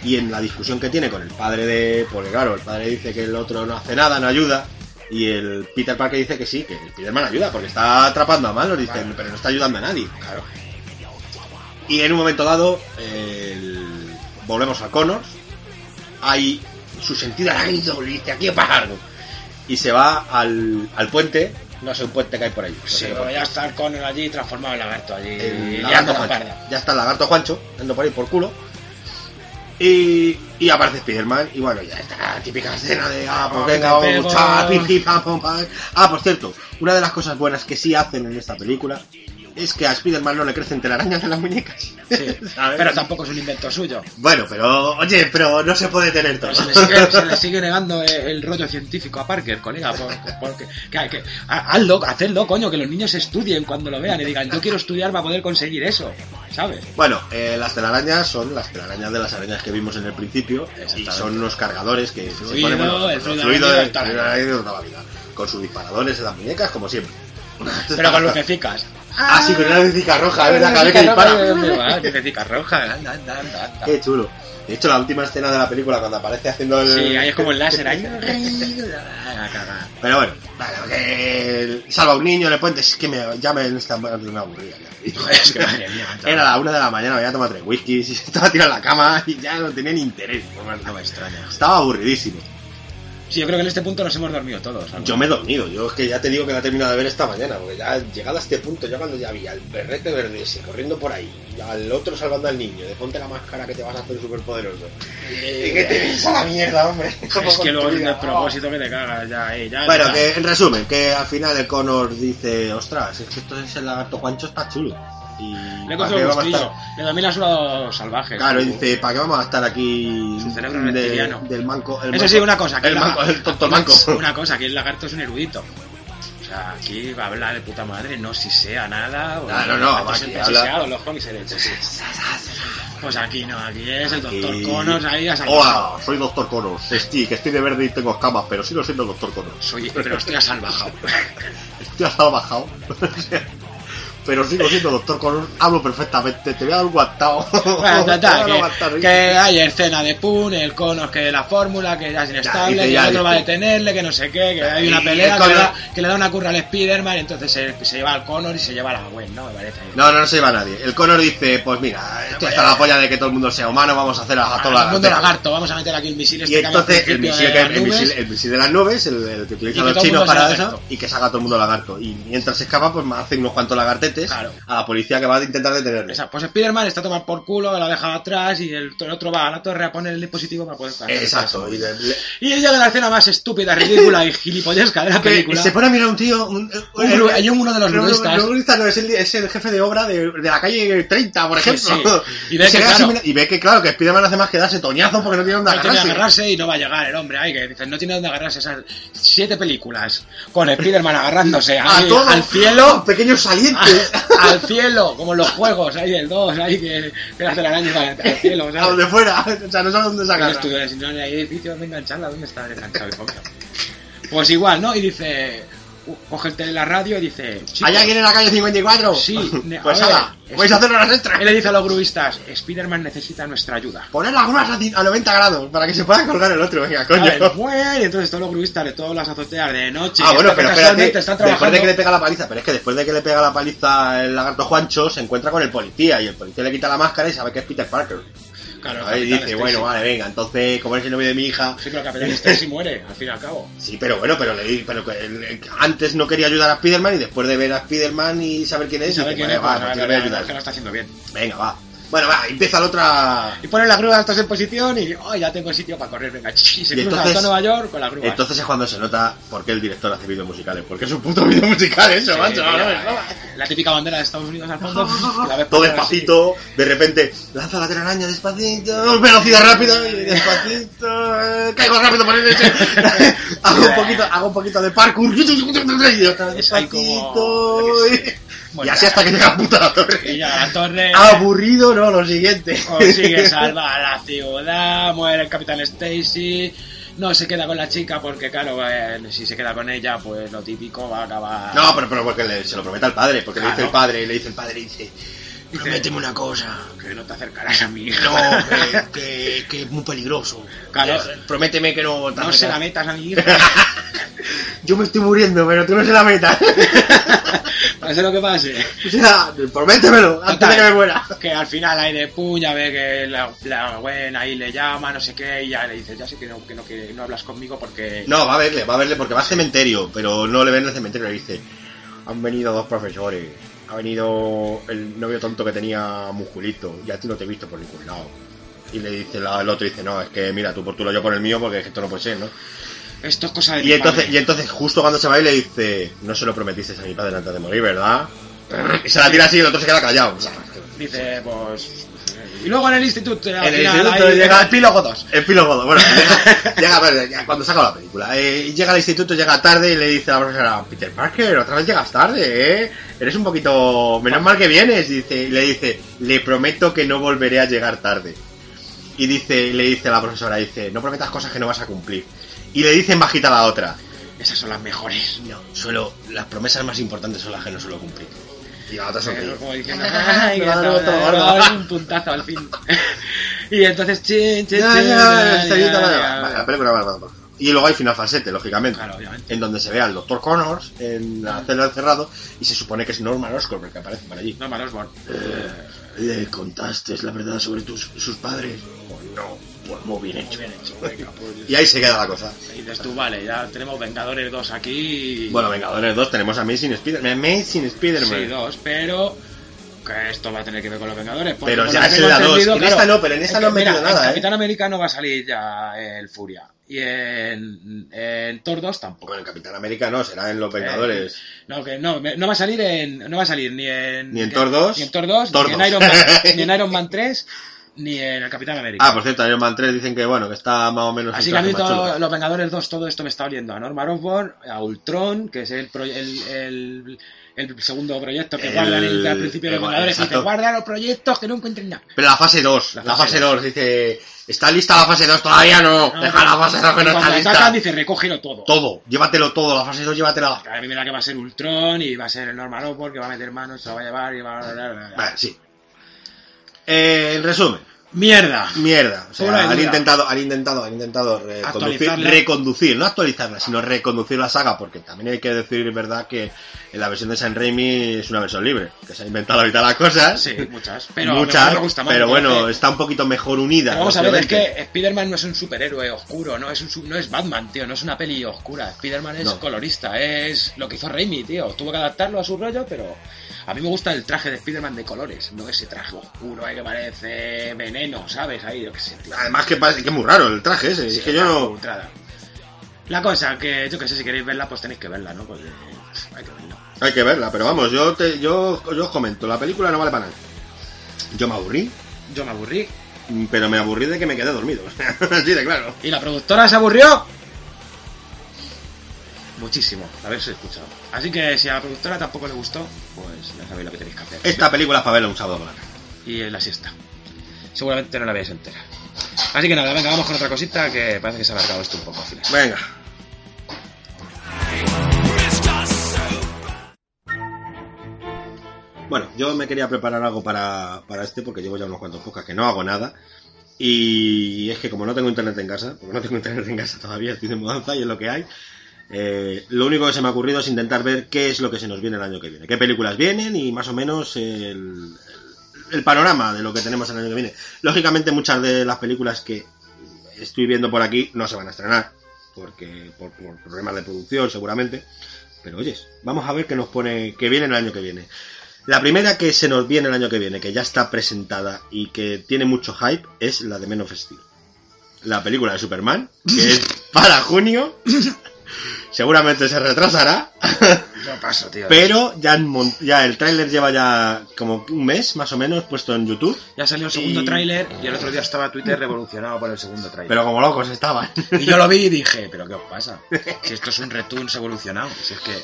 B: Y en la discusión que tiene con el padre de... Porque claro, el padre dice que el otro no hace nada, no ayuda. Y el Peter Parker dice que sí, que el Spiderman ayuda, porque está atrapando a malos, dicen, pero no está ayudando a nadie. Claro. Y en un momento dado, el- volvemos a Connors. Hay su sentido arácnido le dice, aquí pasa algo. Y se va al, al puente, no sé, un puente que hay por ahí. no
A: Pues Sí,
B: sé qué
A: pero
B: puente.
A: ya está el Connor allí transformado en lagarto allí.
B: El
A: y
B: lagarto
A: anda la
B: Juancho.
A: parda.
B: Ya está el lagarto Juancho, dando por ahí por culo. Y, y aparece Spiderman y bueno, ya está la típica escena de ah, pues
A: Ah,
B: venga,
A: te
B: vamos a
A: pego.
B: luchar, pim, pim, pam, pam, pam. Ah, por cierto, una de las cosas buenas que sí hacen en esta película es que a Spiderman no le crecen telarañas en las muñecas.
A: Sí.
B: ¿Sabes?
A: Pero tampoco es un invento suyo.
B: Bueno, pero, oye, pero no se puede tener todo.
A: Pero se, le sigue, se le sigue negando el, el rollo científico a Parker, colega. por- porque, que, que- ha- hazlo, hacedlo, coño, que los niños estudien cuando lo vean y digan, yo quiero estudiar para poder conseguir eso, ¿sabes?
B: Bueno, eh, las telarañas son las telarañas de las arañas que vimos en el principio y
A: Exactamente.
B: son unos cargadores que se
A: Fluido, el
B: los
A: fluido
B: fluidos
A: de la
B: de
A: telaraña.
B: telaraña de toda la vida, con sus disparadores en las muñecas, como siempre.
A: Pero con lucecicas.
B: Ah, sí, con una lucecita roja, ¿verdad? Cada vez que dispara.
A: Ah, Lucecicas rojas, anda, anda, anda. anda.
B: Qué chulo. De hecho, la última escena de la película, cuando aparece haciendo el...
A: Sí, ahí es como el láser, ahí. A cagar.
B: Pero bueno, vale, que salva a un niño en el puente. Es que me, ya me están dando una aburrida. ya.
A: Es que madre mía, macho.
B: Era la una de la mañana, me había tomado tres whiskies y estaba tirado en la cama y ya no tenía ni interés.
A: No me extraña.
B: Estaba aburridísimo.
A: Sí, yo creo que en este punto nos hemos dormido todos. ¿sabes?
B: Yo me he dormido, yo es que ya te digo que la he terminado de ver esta mañana, porque ya llegado a este punto, ya cuando ya vi al berrete verde ese corriendo por ahí, y al otro salvando al niño, de ponte la máscara que te vas a hacer superpoderoso. ¿Y qué te ves a la mierda, hombre?
A: Eh, Es que luego tiene el propósito que te cagas ya, eh, ya.
B: Bueno,
A: ya.
B: que en resumen, que al final el Connor dice, ostras, es que esto es el lagarto guancho, está chulo. Y
A: Le he
B: ¿para qué
A: cogido el
B: vamos a
A: gustillo.
B: estar?
A: Le domina su lado salvaje.
B: Claro, y dice, ¿para qué vamos a estar aquí
A: Su cerebro
B: de-
A: reptiliano.
B: del manco? El
A: Eso
B: manco-
A: sí, una cosa. que
B: El
A: la-
B: manco, el tonto manco.
A: Una cosa, aquí el lagarto es un erudito. O sea, aquí va a hablar de puta madre, no si sea nada. o
B: Ah, no, no,
A: Entonces,
B: aquí
A: el
B: habla-
A: siseado, los cómics derechos, sí. Pues aquí no, aquí es el doctor
B: Y-
A: Conos ahí a saco.
B: Hola, soy Doctor Conos. Sí, que estoy de verde y tengo escamas, pero sigo siendo Doctor Conos.
A: Soy, pero estoy asalvajado.
B: Estoy hasta bajado. pero sigo siendo Doctor Conos. Hablo perfectamente. Te voy a dar un guantado.
A: Bueno,
B: Te voy a dar
A: total,
B: un guantado.
A: que, que hay escena de Pun, el Conos que la fórmula, que ya es inestable,
B: dice,
A: que
B: ya,
A: el otro va a
B: dice.
A: detenerle, que no sé qué, que hay una
B: Y
A: pelea,
B: el
A: que le, da,
B: Connor-
A: que le da una curra al Spiderman, y entonces se, se lleva al Connor y se lleva a la Gwen, ¿no? Me parece.
B: No, no, no se iba a nadie. El Connor dice, pues mira, esto está la polla de que todo el mundo sea humano, vamos a hacer a,
A: Ah,
B: a toda
A: el
B: la
A: mundo
B: lagartera".
A: lagarto, vamos a meter aquí el misil este
B: Y
A: que había al
B: entonces el
A: principio
B: misil,
A: de
B: que,
A: las
B: el,
A: nubes.
B: misil, el misil de las nubes, el, el que
A: Y que
B: utilizan los
A: todo el
B: chinos
A: mundo sea
B: para
A: lagarto.
B: eso, y que saca todo el mundo lagarto. Y mientras se escapa, pues me hace unos cuantos lagartetes
A: Claro.
B: a la policía que va a intentar detenerle.
A: Esa, pues Spiderman está a tomar por culo, la deja atrás y el, el otro va a la torre a poner el dispositivo para poder hacer
B: Exacto.
A: eso.
B: Y le- le-
A: Y llega la escena más estúpida, ridícula y gilipollesca de la
B: que
A: película.
B: se pone a mirar un tío. Un,
A: Un gru- hay uno de los
B: no, no,
A: gruistas.
B: no, gruista no, es, el, es el jefe de obra de, de la calle 30, por
A: Sí,
B: ejemplo.
A: sí. Y ve que,
B: se queda así
A: claro.
B: mira- y ve que, claro, que Spiderman hace más que darse toñazo porque no tiene dónde
A: no tiene dónde
B: agarrarse.
A: agarrarse y no va a llegar el hombre ahí que dicen no tiene dónde agarrarse esas siete películas con Spiderman agarrándose
B: A
A: ahí,
B: todo.
A: al cielo
B: Pequeños salientes.
A: a- al cielo como en los juegos ahí del 2 ahí que, que las telarañas van al cielo
B: A
A: ¿sabes?
B: donde fuera. O sea, no sabe dónde
A: En el
B: sacar.
A: estudio, si no hay edificios de engancharla, ¿dónde está enganchado el coño? Pues igual, ¿no? Y dice, coge el tele- la radio y dice, pues, chicos,
B: ¿Hay alguien en la calle 54?
A: Sí, ne-
B: Pues
A: a ver,
B: nada, vais a hacer horas extras.
A: él le dice a los gruistas, Spiderman necesita nuestra ayuda.
B: Poner las grúas a ci- a 90 grados para que se pueda colgar el otro. Venga, coño.
A: A ver, bueno, y entonces todos los gruistas de todas las azoteas de noche,
B: Ah,
A: que
B: bueno,
A: están
B: pero
A: casualmente,
B: espérate,
A: están
B: después de que le
A: trabajando.
B: pega la paliza, pero es que después de que le pega la paliza el lagarto Juancho, se encuentra con el policía y el policía le quita la máscara y sabe que es Peter Parker.
A: Claro,
B: Ahí
A: Capitán
B: dice,
A: Stacy.
B: bueno, vale, venga, entonces, como es el novio de mi hija.
A: Sí, pero el Capitán Stacy muere, al fin y al cabo.
B: Sí, pero bueno, pero, le, di- pero que él- antes no quería ayudar a Spider-Man y después de ver a Spider-Man y saber quién es,
A: Saber
B: dice,
A: quién es,
B: vale,
A: pues,
B: va, pues
A: saber
B: le voy a
A: que la- que lo
B: ayudar.
A: está haciendo bien.
B: Venga, va. Bueno, va, empieza la otra.
A: Y ponen las grúas todas en posición y ¡ay, ya tengo sitio para correr! Venga, chi, se
B: Y
A: cruza
B: entonces-
A: hasta Nueva York con las grúas.
B: Entonces es cuando se nota por qué el director hace vídeos musicales. Porque es un puto vídeo musical eso,
A: Sí,
B: macho.
A: mira, eh,
B: ¿no?
A: la típica bandera de Estados Unidos al fondo. la ves pasar así.
B: Todo despacito, de repente, lanza la telaraña despacito, velocidad rápida, y despacito, eh, caigo rápido por el techo. hago, un poquito, hago un poquito de parkour, y otra vez
A: Es ahí como-
B: despacito, y- y
A: Bueno,
B: así hasta que llega a puta la torre.
A: Y ya la torre.
B: Ah, Aburrido, no, lo siguiente.
A: Consigue salvar a la ciudad, muere el Capitán Stacy. No se queda con la chica porque, claro, eh, si se queda con ella, pues lo típico va a acabar.
B: No, pero, pero porque le- se lo promete al padre, porque le dice
A: Claro.
B: el padre, y le dice el padre, y dice,
A: Dice,
B: prométeme una cosa,
A: Que no te acercarás a mi hija.
B: no, que, que- que es muy peligroso.
A: Claro.
B: Prométeme que no... te
A: No se la
B: acercas".
A: metas a mi hija.
B: Yo me estoy muriendo, pero tú no se la metas.
A: Pase lo que pase.
B: O sea, prométemelo, antes de que me muera.
A: Que al final hay de puña, ve que la, la buena ahí le llama, no sé qué, y ya le dice, ya sé que no, que no, que no hablas conmigo porque...
B: No, va a verle, va a verle porque va al cementerio, pero no le ven en el cementerio, le dice. Han venido dos profesores. Ha venido el novio tonto que tenía musculito. Ya tú no te he visto por ningún lado. Y le dice la- el otro, dice, no, es que mira, tú por tu lado, yo por el mío, porque esto no puede ser, ¿no?
A: Esto es cosa de...
B: Y
A: mi
B: entonces, y
A: padre".
B: entonces justo cuando se va y le dice, no se lo prometiste a mi padre antes de morir, ¿verdad? Y se la tira así y el otro se queda callado. O sea,
A: Dice, pues... Y luego en el instituto... al
B: En el
A: final,
B: instituto
A: ahí-
B: llega epílogo 2. Epílogo 2, bueno, llega, llega, a ver, ya cuando se acaba la película. eh, llega al instituto, llega tarde y le dice a la profesora, Peter Parker, otra vez llegas tarde, ¿eh? Eres un poquito... Menos mal que vienes, dice, y le dice, le prometo que no volveré a llegar tarde. Y dice, le dice a la profesora, dice, no prometas cosas que no vas a cumplir. Y le dice en bajita a la otra,
A: Esas son las mejores.
B: no, suelo, las promesas más importantes son las que no suelo cumplir. Y la otra sonríe.
A: Pero Eh, como diciendo, "Ay,
B: Ay, me va a dar
A: esta-
B: otro
A: me va
B: gordo".
A: a dar un puntazo al fin. y entonces, chin, chin,
B: Ya,
A: chin,
B: ya,
A: ya,
B: estrellita,
A: ya,
B: vale,
A: ya.
B: vale, la película, vale, vale, vale. Y luego hay final falsete, lógicamente.
A: Claro, obviamente.
B: En donde se ve al Dr. Connors en la celda encerrado y se supone que es Norman Oscorp el que aparece por allí.
A: No, Malos Born.
B: ¿Le contaste la verdad sobre tus, sus padres? Pues no, pues muy bien hecho. Y ahí se queda la cosa.
A: pues, Y dices tú, vale, ya tenemos Vengadores 2 aquí. y-
B: Bueno, Vengadores 2 tenemos a Amazing Spider-Man. Amazing Spider-Man.
A: Sí, dos, pero que esto va a tener que ver con los Vengadores. porque
B: Pero
A: por
B: ya
A: lo que
B: es
A: tengo
B: la dos.
A: entendido,
B: En esta no, pero en esta
A: es
B: no
A: que,
B: han metido
A: mira,
B: nada,
A: En
B: ¿eh?
A: Capitán América no va a salir ya el Furia. Y en, en Thor 2 tampoco.
B: Bueno, el Capitán América no, será en los
A: Eh,
B: Vengadores.
A: No, que no, me- no va a salir en. No va a salir ni en.
B: Ni en Thor 2,
A: Ni en Thor 2,
B: Thor
A: ni,
B: 2.
A: En Iron Man, ni en Iron Man 3, ni en el Capitán América.
B: Ah, por cierto, Iron Man 3 dicen que bueno, que está más o menos.
A: Así
B: el
A: que a mí
B: traje más
A: todo-
B: chulo.
A: los Vengadores 2, todo esto me está oliendo a Norman Osborn, a Ultron, que es el, pro- el, el- el segundo proyecto que
B: El-
A: guardan el- al principio de
B: el-
A: los Vengadores. Y dice,
B: exacto.
A: guarda los proyectos que no encuentren nada.
B: Pero la fase 2, la,
A: La
B: fase
A: fase
B: 2, dice, ¿está lista la fase 2? Todavía no,
A: No,
B: deja la fase 2 que
A: y
B: no está
A: cuando
B: lista.
A: atacan, dice, recógelo todo.
B: Todo, llévatelo todo, la fase 2 llévatela.
A: A mí me da que va a ser Ultron y va a ser el Norman Osborn que va a meter manos, se lo va a llevar y va a...
B: Vale, sí. Eh, en resumen,
A: ¡Mierda!
B: mierda. O
A: Pura
B: sea,
A: y
B: han
A: dura.
B: intentado, han intentado, han intentado reconducir,
A: Actualizarla.
B: reconducir, no actualizarla, sino reconducir la saga, porque también hay que decir verdad que en la versión de San Raimi es una versión libre, que se ha inventado ahorita las cosas.
A: Sí, muchas. Pero
B: muchas,
A: me gusta más. este.
B: pero
A: me
B: bueno,
A: parece.
B: está un poquito mejor unida.
A: Pero vamos a ver, es
B: lógicamente.
A: que Spider-Man no es un superhéroe oscuro, no es un sub- no es Batman, tío, no es una peli oscura. Spider-Man es
B: No.
A: colorista, es lo que hizo Raimi, tío. Tuvo que adaptarlo a su rollo, pero a mí me gusta el traje de Spider-Man de colores, no ese traje oscuro ahí que parece veneno, ¿sabes? Ahí yo qué sé, tío.
B: Además que, parece- que es muy raro el traje ese, es que yo no...
A: Ultrada. La cosa que yo que sé, si queréis verla, pues tenéis que verla, ¿no? Porque pff, hay que verla.
B: Hay que verla, pero vamos, yo te, yo, yo os comento, la película no vale para nada. Yo me aburrí,
A: Yo me aburrí.
B: pero me aburrí de que me quedé dormido. Así de claro.
A: ¿Y la productora se aburrió? Muchísimo, haberse escuchado. Así que si a la productora tampoco le gustó, pues ya sabéis lo que tenéis que hacer.
B: Esta película es para verla un sábado por la tarde.
A: Y en la siesta. Seguramente no la veáis entera. Así que nada, venga, vamos con otra cosita que parece que se ha alargado esto un poco al final.
B: Venga. Bueno, yo me quería preparar algo para, para este porque llevo ya unos cuantos pocas que no hago nada. Y es que como no tengo internet en casa, porque no tengo internet en casa todavía, estoy de mudanza y es lo que hay, eh, lo único que se me ha ocurrido es intentar ver qué es lo que se nos viene el año que viene, qué películas vienen y más o menos el- el- el panorama de lo que tenemos el año que viene. Lógicamente, muchas de las películas que estoy viendo por aquí no se van a estrenar, porque por, por problemas de producción, seguramente. Pero oyes, vamos a ver qué nos pone, que viene el año que viene. La primera que se nos viene el año que viene, que ya está presentada y que tiene mucho hype, es la de Men of Steel. La película de Superman, que es para junio. Seguramente se retrasará,
A: Yo paso, tío.
B: pero ya, han mon- ya el tráiler lleva ya como un mes más o menos puesto en YouTube.
A: Ya salió el segundo
B: Y-
A: tráiler y el otro día estaba Twitter revolucionado por el segundo tráiler.
B: Pero como locos estaban.
A: Y yo lo vi y dije, ¿pero qué os pasa? Si esto es un Returns evolucionado, si es que...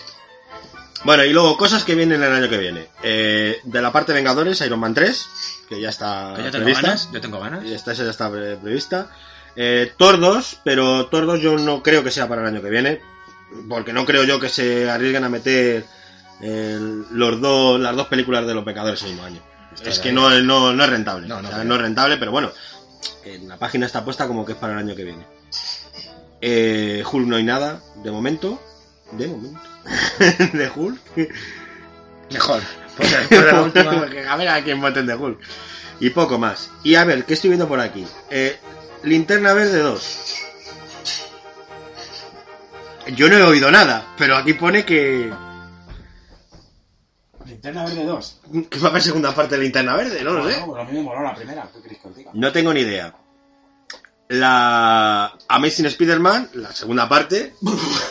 B: Bueno, y luego cosas que vienen el año que viene. Eh, de la parte Vengadores, Iron Man 3, que ya está
A: que yo tengo
B: prevista.
A: ganas, yo tengo ganas.
B: Ya está, esa ya está pre- prevista. Eh, Thor 2, pero Thor 2 yo no creo que sea para el año que viene, porque no creo yo que se arriesguen a meter el- los dos, las dos películas de los pecadores el mismo año.
A: Está
B: Es
A: de
B: que
A: ahí.
B: no, no, no es rentable.
A: No, no
B: O sea,
A: creo.
B: no es rentable, pero bueno, que la página está puesta como que es para el año que viene. Eh, Hulk no hay nada, de momento. De momento. de Hulk.
A: Mejor.
B: Pues, pues, la última, que a ver a quién maten de Hulk. Y poco más. Y a ver, ¿qué estoy viendo por aquí? Eh, Linterna Verde 2. Yo no he oído nada, pero aquí pone que,
G: Linterna Verde 2.
B: que va a haber segunda parte de Linterna Verde, no lo sé.
G: pues a mí me moló la primera. ¿Qué queréis que os diga?
B: No tengo ni idea. La Amazing Spider-Man, la segunda parte,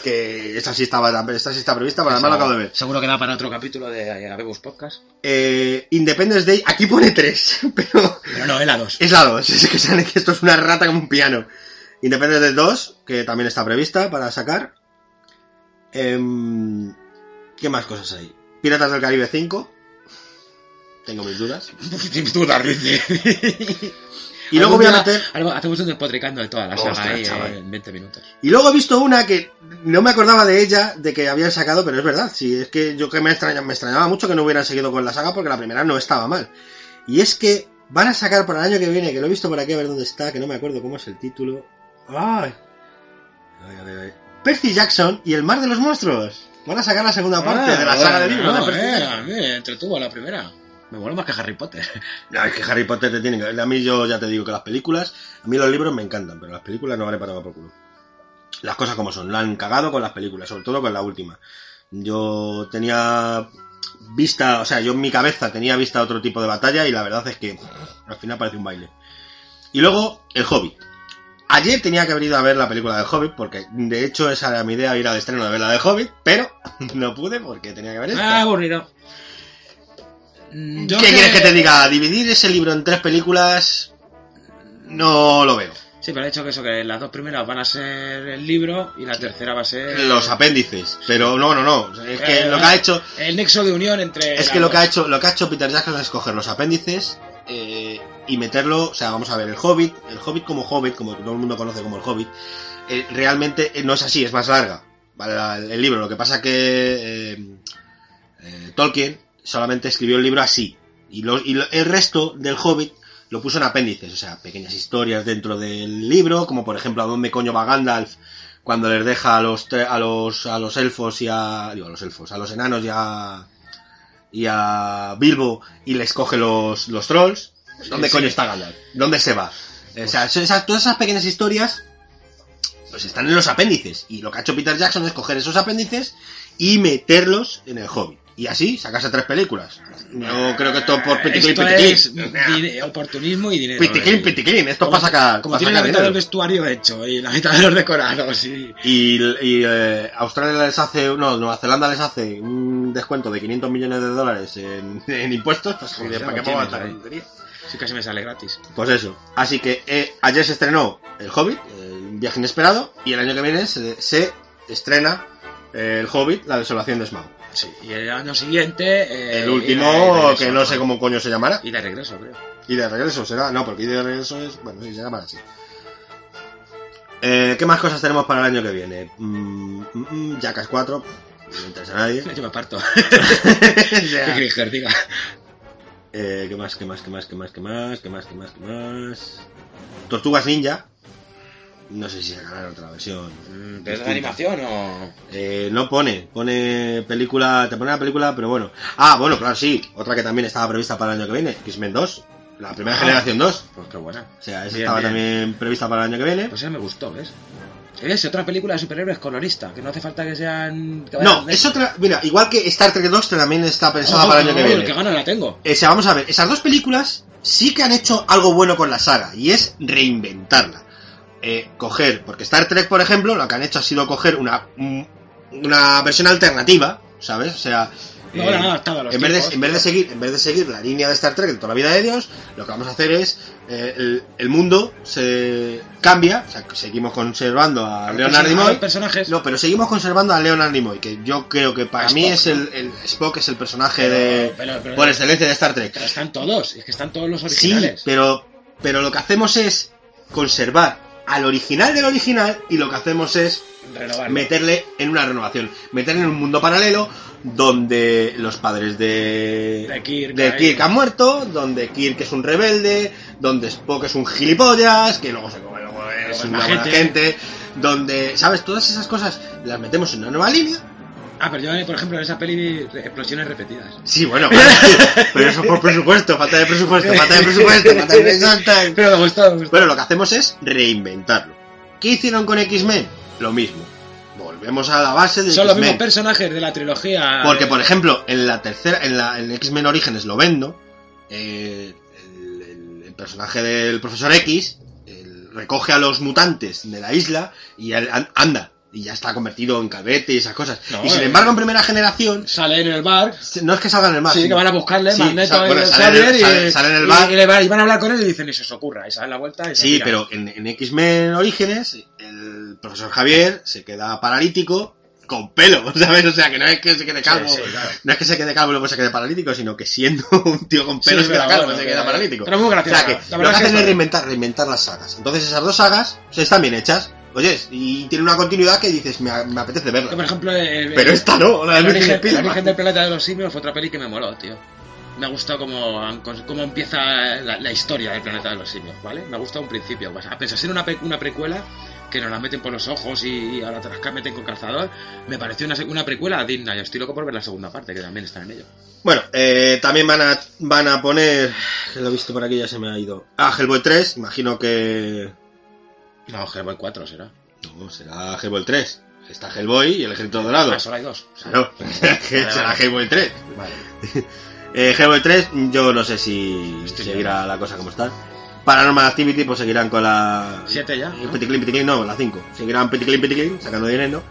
B: que esta sí, estaba, esta sí está prevista, pero además la acabo de ver.
A: Seguro que da para otro capítulo de Abebus Podcast.
B: Eh, Independence Day, aquí pone 3, pero
A: Pero no, es la 2.
B: Es la 2, es que sale que esto es una rata como un piano. Independence Day 2, que también está prevista para sacar. Em, ¿Qué más cosas hay? Piratas del Caribe 5. Tengo mis dudas.
A: Sin duda, Ridley.
B: Y luego voy a
A: Algún día
B: meter.
A: algo- hacemos un despotricando de toda la
B: Ostras,
A: saga ahí
B: chaval.
A: en 20 minutos.
B: Y luego he visto una que no me acordaba de ella, de que habían sacado, pero es verdad. Sí, es que yo que me, extraña- me extrañaba mucho que no hubieran seguido con la saga porque la primera no estaba mal. Y es que van a sacar para el año que viene, que lo he visto por aquí a ver dónde está, que no me acuerdo cómo es el título. ¡Ay! Ay, ay, ay. Percy Jackson y el mar de los monstruos. Van a sacar la segunda parte de la saga de libros de
A: No,
B: Percy
A: eh,
B: Jackson.
A: a mí me entretuvo la primera. Me moló más que Harry Potter.
B: No, es que Harry Potter te tiene que... A mí yo ya te digo que las películas... A mí los libros me encantan, pero las películas no vale para tomar por culo. Las cosas como son. La han cagado con las películas, sobre todo con la última. Yo tenía vista... O sea, yo en mi cabeza tenía vista otro tipo de batalla y la verdad es que al final parece un baile. Y luego, El Hobbit. Ayer tenía que haber ido a ver la película del Hobbit, porque de hecho esa era mi idea, ir al estreno de ver la del Hobbit, pero no pude porque tenía que ver esta.
A: Ah, aburrido. Mm, yo
B: ¿Qué
A: que-
B: quieres que te diga? Dividir ese libro en tres películas no lo veo.
A: Sí, pero he dicho que eso, que las dos primeras van a ser el libro y la tercera va a ser...
B: Los apéndices, pero no, no, no. Es que
A: Eh,
B: lo que ha hecho
A: El nexo de unión entre...
B: es
A: las
B: que lo que ha
A: dos.
B: hecho lo que ha hecho Peter Jackson es coger los apéndices eh, y meterlo, o sea, vamos a ver el Hobbit, el Hobbit como Hobbit, como todo el mundo conoce como el Hobbit, eh, realmente eh, no es así, es más larga. Vale, la- el libro, lo que pasa que eh, eh, Tolkien solamente escribió el libro así. Y, lo- y lo- el resto del Hobbit lo puso en apéndices, o sea, pequeñas historias dentro del libro, como por ejemplo a dónde coño va Gandalf cuando les deja a los, tre- a los, a los elfos y a... digo, a los elfos, a los enanos y a... y a Bilbo y les coge los, los trolls. ¿Dónde
A: Sí,
B: coño
A: sí.
B: está Gandalf? ¿Dónde se va? O sea, esas- todas esas pequeñas historias pues están en los apéndices. Y lo que ha hecho Peter Jackson es coger esos apéndices y meterlos en el Hobbit. Y así sacas a tres películas. Yo creo que esto por piticlin,
A: Esto
B: piticlin.
A: es di- oportunismo y dinero.
B: Piticlin,
A: eh.
B: piticlin. Esto
A: Como-
B: pasa acá.
A: Como tiene la mitad del vestuario hecho y la mitad de los decorados y...
B: Y, y, eh, Australia les hace, no, Nueva Zelanda les hace un descuento de 500 millones de dólares en, en impuestos. Pues,
A: Pues ya
B: ¿para
A: lo
B: qué
A: tienes
B: vamos a estar
A: ahí.
B: tonterías?
A: Sí, casi me sale gratis.
B: Pues eso. Así que eh, ayer se estrenó El Hobbit, eh, un viaje inesperado, y el año que viene se, se estrena eh, El Hobbit, la desolación de Smaug.
A: Sí, y el año siguiente... eh,
B: El
A: y de- y de
B: último,
A: regreso,
B: que no sé cómo coño se llamará.
A: Y de regreso, creo.
B: Y de regreso será, no, porque y de regreso es, bueno, sí, se llamará así. Eh, ¿Qué más cosas tenemos para el año que viene? Mm, mm, mm, Jackass 4, no interesa a nadie.
A: Yo me parto.
B: O sea,
A: ¿Qué queréis que os diga?
B: eh, ¿Qué más, qué más, qué más, qué más, qué más, qué más, qué más, qué más? Tortugas Ninja. No sé si sacarán otra versión.
A: Mm, ¿Pero es de
B: distinta.
A: animación o...?
B: Eh, no pone, pone película, te pone la película, pero bueno. Ah, bueno, claro, sí, otra que también estaba prevista para el año que viene, X-Men 2, la primera
A: Ah.
B: generación 2.
A: Pues qué buena.
B: O sea, esa
A: Bien,
B: estaba
A: bien.
B: también prevista para el año que viene.
A: Pues esa me gustó, ¿ves? Es otra película de superhéroes colorista, que no hace falta que sean... que vayan
B: no,
A: de-
B: es otra, mira, igual que Star Trek 2 que también está pensada
A: Oh,
B: para el año que
A: no,
B: viene.
A: Que gana la tengo.
B: O sea, vamos a ver, esas dos películas sí que han hecho algo bueno con la saga, y es reinventarla. Eh, coger, porque Star Trek, por ejemplo, lo que han hecho ha sido coger una, un- una versión alternativa, ¿sabes? O sea,
A: No,
B: eh,
A: la han adaptado a los
B: en, vez de,
A: tiempos.
B: en vez de seguir, en vez de seguir la línea de Star Trek de toda la vida de Dios, lo que vamos a hacer es eh, el, el mundo se cambia, o sea, que seguimos conservando a Leonard
A: Persona-
B: Nimoy,
A: hay personajes...
B: no, pero seguimos conservando a Leonard Nimoy, que yo creo que para
A: A
B: mí
A: Spock.
B: es el, el- Spock es el personaje
A: Pero-
B: de
A: pero- pero-
B: por excelencia de Star Trek.
A: Pero están todos, es que están todos los
B: Sí,
A: originales.
B: pero pero lo que hacemos es conservar al original del original y lo que hacemos es
A: Renovarlo.
B: meterle en una renovación, meterle en un mundo paralelo donde los padres de
A: De Kirk,
B: de
A: ahí.
B: Kirk han muerto, donde Kirk es un rebelde, donde Spock es un gilipollas, que luego se come, luego es
A: es
B: una
A: majete.
B: buena gente, donde, ¿sabes? Todas esas cosas las metemos en una nueva línea
A: Ah, pero yo, eh, por ejemplo, en esa peli re- explosiones repetidas.
B: Sí, bueno, pero, pero eso es por presupuesto, falta de presupuesto, falta de presupuesto, falta de presupuesto.
A: Pero me gustó, me gustó.
B: Bueno, lo que hacemos es reinventarlo. ¿Qué hicieron con X-Men? Lo mismo. Volvemos a la base de
A: Son los mismos
B: X-Men.
A: personajes de la trilogía.
B: Porque,
A: eh,
B: por ejemplo, en la tercera, en la en X-Men Orígenes lo vendo, eh, el, el- el personaje del profesor X el- recoge a los mutantes de la isla y al- an- anda. Y ya está convertido en cadete y esas cosas.
A: No,
B: y sin
A: eh.
B: embargo, en primera generación,
A: Sale en el bar.
B: no es que salgan el más.
A: Sí, que van a buscarle,
B: Sí,
A: Magneto
B: sal-
A: y
B: bueno,
A: el
B: sale en el-
A: Xavier,
B: sale-
A: y,
B: sale en el
A: y-
B: bar.
A: y le van- y van a hablar con él y dicen, eso se os ocurra, y se dan la vuelta y se
B: Sí,
A: tiran.
B: pero en, en X-Men Orígenes, el profesor Javier se queda paralítico con pelo, ¿sabes? O sea, que no es que se quede calvo.
A: Sí, sí, claro.
B: No es que se quede calvo y luego se quede paralítico, sino que siendo un tío con pelo
A: Sí,
B: se queda
A: pero
B: calvo,
A: bueno,
B: se
A: pero-
B: queda paralítico.
A: pero muy graciosa.
B: O sea,
A: La verdad
B: que lo
A: es
B: que
A: que
B: hacen es
A: está bien.
B: reinventar, reinventar las sagas. Entonces esas dos sagas o sea, están bien hechas, oye, y tienen una continuidad que dices, me, a- me apetece
A: Que, por
B: verla.
A: ejemplo, el,
B: Pero esta no, la de
A: el
B: Virgin
A: origen, el
B: Spiderman.
A: origen del planeta de los simios fue otra peli que me moló, tío. Me ha gustado cómo, han cons- cómo empieza la, la historia del planeta de los simios, ¿vale? Me ha gustado un principio. pues, A pesar de ser una, pe- una precuela que nos la meten por los ojos y a la trasca meten con calzador, me pareció una, se- una precuela digna. Yo estoy loco por ver la segunda parte, que también está en ello.
B: Bueno, eh, también van a, van a poner, que lo he visto por aquí, ya se me ha ido. Ah, Hellboy 3, imagino que
A: No, Hellboy 4 será.
B: No, será Hellboy 3. Está Hellboy y el Ejército Dorado.
A: Ah, solo hay dos.
B: Claro, será
A: vale.
B: Hellboy 3.
A: Vale.
B: Eh, Hellboy 3, yo no sé si
A: Estoy
B: seguirá la cosa como está. Paranormal Activity, pues seguirán con la.
A: Siete ya, ¿no?
B: Peticlin, Peticlin, no, la 5. Seguirán Peticlin, Peticlin, sacando dinero.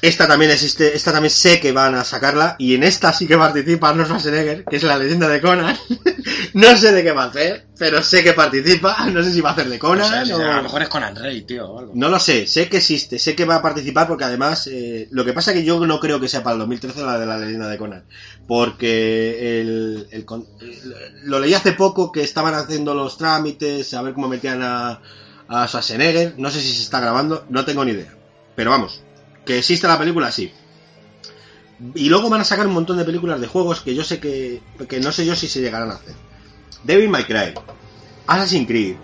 B: Esta también existe, esta también sé que van a sacarla, y en esta sí que participa Arnold Schwarzenegger, que es la leyenda de Conan. no sé de qué va a hacer, pero sé que participa, no sé si va a hacer de
A: No
B: Conan
A: sé, si
B: o...
A: será- a lo mejor es Conan Rey, tío, o algo.
B: No lo sé, sé que existe, sé que va a participar porque además eh, lo que pasa es que yo no creo que sea para el 2013 la de la leyenda de Conan, porque el, el con- lo leí hace poco que estaban haciendo los trámites, a ver cómo metían a, a Schwarzenegger, no sé si se está grabando, no tengo ni idea, pero vamos, que existe la película, sí. Y luego van a sacar un montón de películas de juegos que yo sé que, que no sé yo si se llegarán a hacer. Devil May Cry, Assassin's Creed,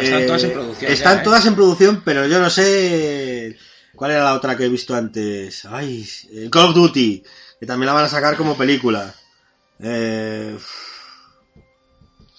A: Están
B: eh,
A: todas en producción.
B: Están
A: ya, ¿eh?
B: todas en producción, pero yo no sé cuál era la otra que he visto antes. Ay, eh, Call of Duty, que también la van a sacar como película. Eh,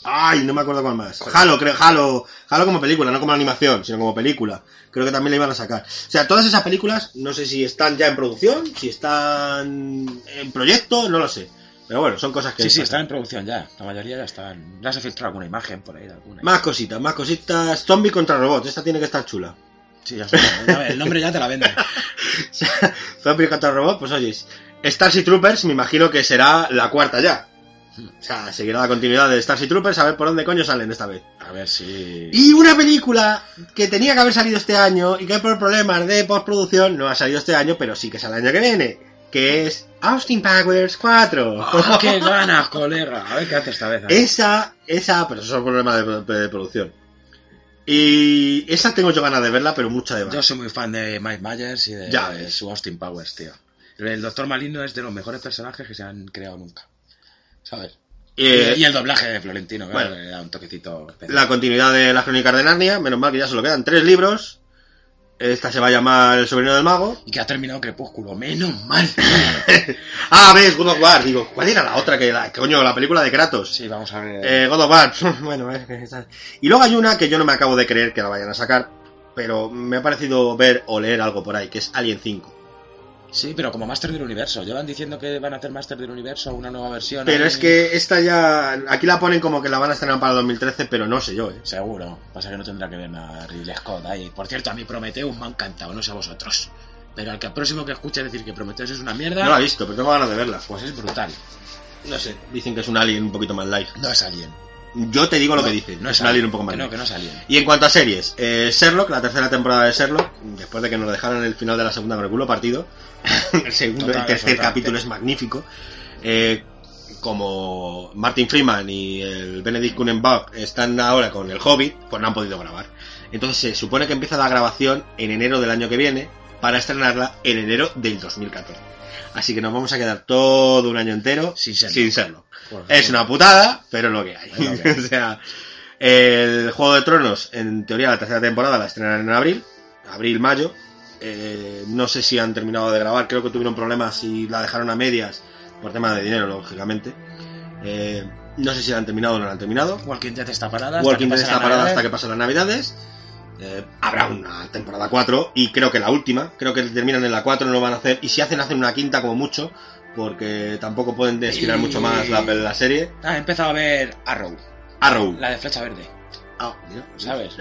B: ay, no me acuerdo cuál más. Halo, creo, Halo, Halo como película, no como animación, sino como película. Creo que también la iban a sacar. O sea, todas esas películas, no sé si están ya en producción, si están en proyecto, no lo sé. Pero bueno, son cosas que...
A: Sí, sí,
B: pasan.
A: están en producción ya. La mayoría ya están. Ya se filtró alguna imagen por ahí. de Alguna.
B: Más cositas, más cositas. Zombie contra robot, esta tiene que estar chula.
A: Sí, ya se- ya ves, el nombre ya te la vende.
B: Zombie contra robot, pues oyes. Starship Troopers, me imagino que será la cuarta ya. O sea, seguirá la continuidad de Starship Troopers, a ver por dónde coño salen esta vez.
A: A ver si.
B: Y una película que tenía que haber salido este año y que por problemas de postproducción no ha salido este año, pero sí que sale el año que viene, que es Austin Powers 4.
A: ¡Ah, ¡Qué ganas, colega! A ver qué hace esta vez. a ver.
B: Esa, esa, pero eso es un problema de, de producción. Y esa tengo yo ganas de verla, pero mucha de
A: Yo soy muy fan de Mike Myers y de,
B: Ya ves.
A: su Austin Powers, tío. El Doctor Maligno es de los mejores personajes que se han creado nunca. ¿Sabes?
B: Eh,
A: y el doblaje de Florentino, claro,
B: bueno.
A: le da un toquecito especial.
B: la continuidad de las crónicas de Narnia, menos mal que ya solo quedan tres libros. Esta se va a llamar El sobrino del mago.
A: Y que ha terminado Crepúsculo, menos mal.
B: ah, ves, God of War. Digo, ¿cuál era la otra que la, coño, la película de Kratos?
A: sí, vamos a ver.
B: Eh, God of War. bueno, eh, esa- y luego hay una que yo no me acabo de creer que la vayan a sacar, pero me ha parecido ver o leer algo por ahí, que es Alien 5.
A: Sí, pero como Master del Universo. Llevan diciendo que van a hacer Master del Universo, una nueva versión.
B: Pero
A: ahí.
B: es que esta ya. Aquí la ponen como que la van a estrenar para 2013, pero no sé yo, ¿eh?
A: Seguro. Pasa que no tendrá que ver nada Ridley Scott ahí. Por cierto, a mí Prometheus me ha encantado, no sé a vosotros. Pero al que al próximo que escuche decir que Prometheus es una mierda,
B: No la he visto, pero tengo ganas de verla.
A: pues es brutal.
B: No sé. Dicen que es un alien un poquito más light.
A: No es alguien.
B: Yo te digo lo que dicen.
A: No
B: es
A: es
B: un alien un poco más
A: que No,
B: light.
A: que no es alien.
B: Y en cuanto a series, eh, Sherlock, la tercera temporada de Sherlock, después de que nos dejaron el final de la segunda con el culo partido, el segundo, el
A: Total,
B: tercer
A: totalmente.
B: capítulo es magnífico. Eh, como Martin Freeman y el Benedict Cumberbatch están ahora con el Hobbit, pues no han podido grabar. Entonces se supone que empieza la grabación en enero del año que viene para estrenarla en enero del 2014. Así que nos vamos a quedar todo un año entero
A: Sin Sherlock.
B: Sin Sherlock.
A: Por
B: Es
A: favor.
B: una putada, pero es lo que hay.
A: Es lo que hay.
B: o sea, el Juego de Tronos, en teoría, la tercera temporada la estrenarán en abril, abril-mayo. Eh, no sé si han terminado de grabar, creo que tuvieron problemas y la dejaron a medias por tema de dinero, lógicamente. Eh, no sé si la han terminado o no la han terminado.
A: Walking Dead está parada. hasta
B: Walking
A: que pase
B: Dead está
A: la
B: parada
A: Navidad.
B: hasta que pasen las navidades. Eh, habrá una temporada 4 y creo que la última. Creo que terminan en la 4, no lo van a hacer. Y si hacen, hacen una quinta como mucho, porque tampoco pueden destinar mucho más la, la serie.
A: Ah, he empezado a ver Arrow,
B: Arrow.
A: la de Flecha Verde,
B: Ah, mira,
A: ¿sabes?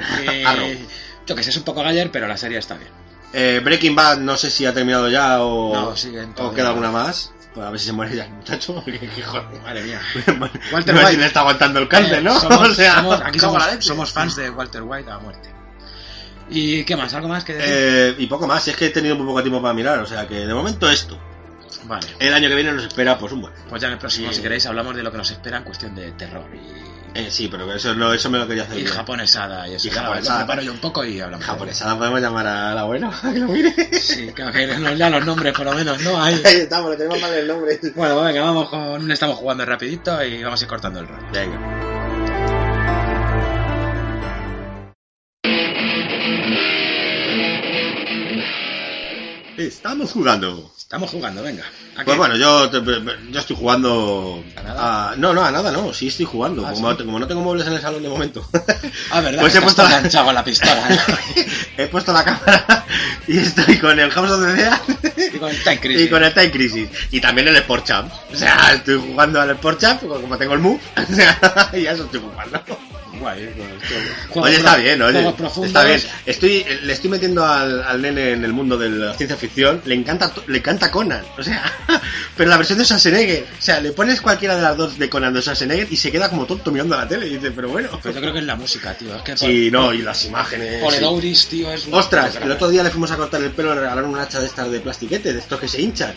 B: Arrow.
A: Eh, yo que sé, es un poco galler, pero la serie está bien.
B: Eh, Breaking Bad, no sé si ha terminado ya o,
A: No, siguen
B: o
A: todavía.
B: queda alguna más. Pues a ver si se muere ya el muchacho. porque, que joder.
A: Madre mía.
B: Walter White le está aguantando el cáncer,
A: Eh,
B: ¿no?
A: Somos,
B: o sea,
A: somos- aquí
B: cago en
A: somos,
B: la leche.
A: somos fans de Walter White a muerte. ¿Y qué más? ¿Algo más que decir?
B: Eh, y poco más, es que he tenido muy poco tiempo para mirar, o sea que de momento esto.
A: Vale.
B: El año que viene nos espera pues un buen.
A: Pues ya en el próximo,
B: Sí.
A: si queréis, hablamos de lo que nos espera en cuestión de terror y,
B: Eh, sí, pero eso no, eso me lo quería hacer.
A: y
B: yo.
A: japonesada. Y eso,
B: Y
A: Ya lo-
B: japonesada.
A: lo preparo yo un poco y hablamos.
B: Japonesada podemos llamar al abuelo a que lo mire.
A: Sí, que a ver, nos da los nombres por lo menos, ¿no? Ahí.
B: Ahí estamos, le tenemos mal el nombre.
A: Bueno, venga, vamos con un estamos jugando rapidito y vamos a ir cortando el rollo.
B: Venga. Estamos jugando.
A: Estamos jugando, venga. ¿A qué?
B: Pues bueno, yo, te- yo estoy jugando.
A: ¿A nada?
B: a- no, no, a nada, no. Sí, estoy jugando.
A: Ah,
B: como,
A: ¿sí?
B: como no tengo muebles en el salón de momento.
A: Ah, verdad,
B: pues
A: pues
B: he
A: he
B: puesto la-
A: enganchado a la pistola. ¿no?
B: He puesto la cámara y estoy con el House of the Dead
A: y con el Time Crisis.
B: y con el Time Crisis. Y también el Sport Champ. O sea, estoy jugando al Sport Champ como tengo el Move. O sea, y a eso estoy jugando.
A: Guay, bueno, esto-
B: oye,
A: Juegos
B: está
A: pro-
B: bien, oye.
A: juegos profundos.
B: Está bien. Estoy, le estoy metiendo al, al nene en el mundo de la ciencia ficción. Le encanta, to- le encanta Conan. O sea, pero la versión de Schwarzenegger. O sea, le pones cualquiera de las dos de Conan de Schwarzenegger y se queda como tonto mirando la tele. Y dice, pero bueno.
A: Pero yo creo que es la música, tío. Es que
B: Sí, no, y las imágenes.
A: por
B: sí.
A: el Ouris, tío, es un-
B: Ostras, el otro día le fuimos a cortar el pelo y le regalaron un hacha de estas de plastiquete, de estos que se hinchan.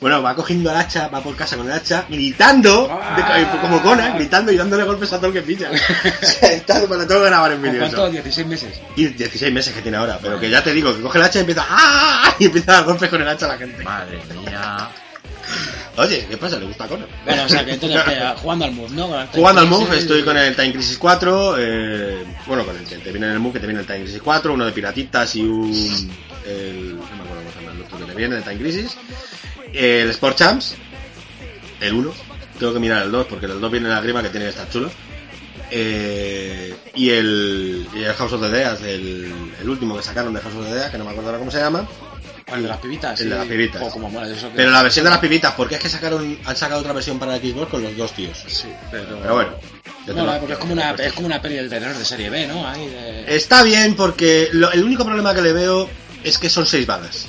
B: Bueno, va cogiendo el hacha, va por casa con el hacha, gritando, de- como Conan, gritando y dándole golpes a todo el que pilla. O sea, está, me lo tengo que grabar en
A: ¿Con
B: vídeo.
A: cuánto?
B: eso.
A: 16 meses.
B: Y 16 meses que tiene ahora, pero que ya te digo, que coge el hacha y empieza ¡ah! Y empieza a dar golpes con el hacha a la gente.
A: Madre mía.
B: Oye, ¿qué pasa? ¿Le gusta Conan?
A: Bueno, o sea que entonces que, jugando al move, ¿no? Con el Time
B: Jugando al
A: Crisis,
B: MOV estoy con el Time Crisis 4, eh, bueno, con el que te viene en el MOV, que te viene el Time Crisis 4, uno de piratitas y un... el- no me acuerdo cómo se llama el otro que te viene, el Time Crisis. El Sport Champs, el 1, tengo que mirar el 2 porque el 2 viene la grima que tiene que estar chulo. Eh, y, el, y el House of the Dead, el, el último que sacaron de House of the Dead, que no me acuerdo ahora cómo se llama.
A: ¿Cuál de las pibitas?
B: El de
A: Sí.
B: las pibitas.
A: Jo, como mola, eso que-
B: Pero la versión de las pibitas, porque es que sacaron, han sacado otra versión para Xbox con los dos tíos.
A: Sí, pero...
B: Pero bueno. yo Pues te
A: Mola,
B: lo-
A: porque es como, una, es como una peli del terror de serie B, ¿no? Ahí de...
B: Está bien porque lo- el único problema que le veo es que son seis balas.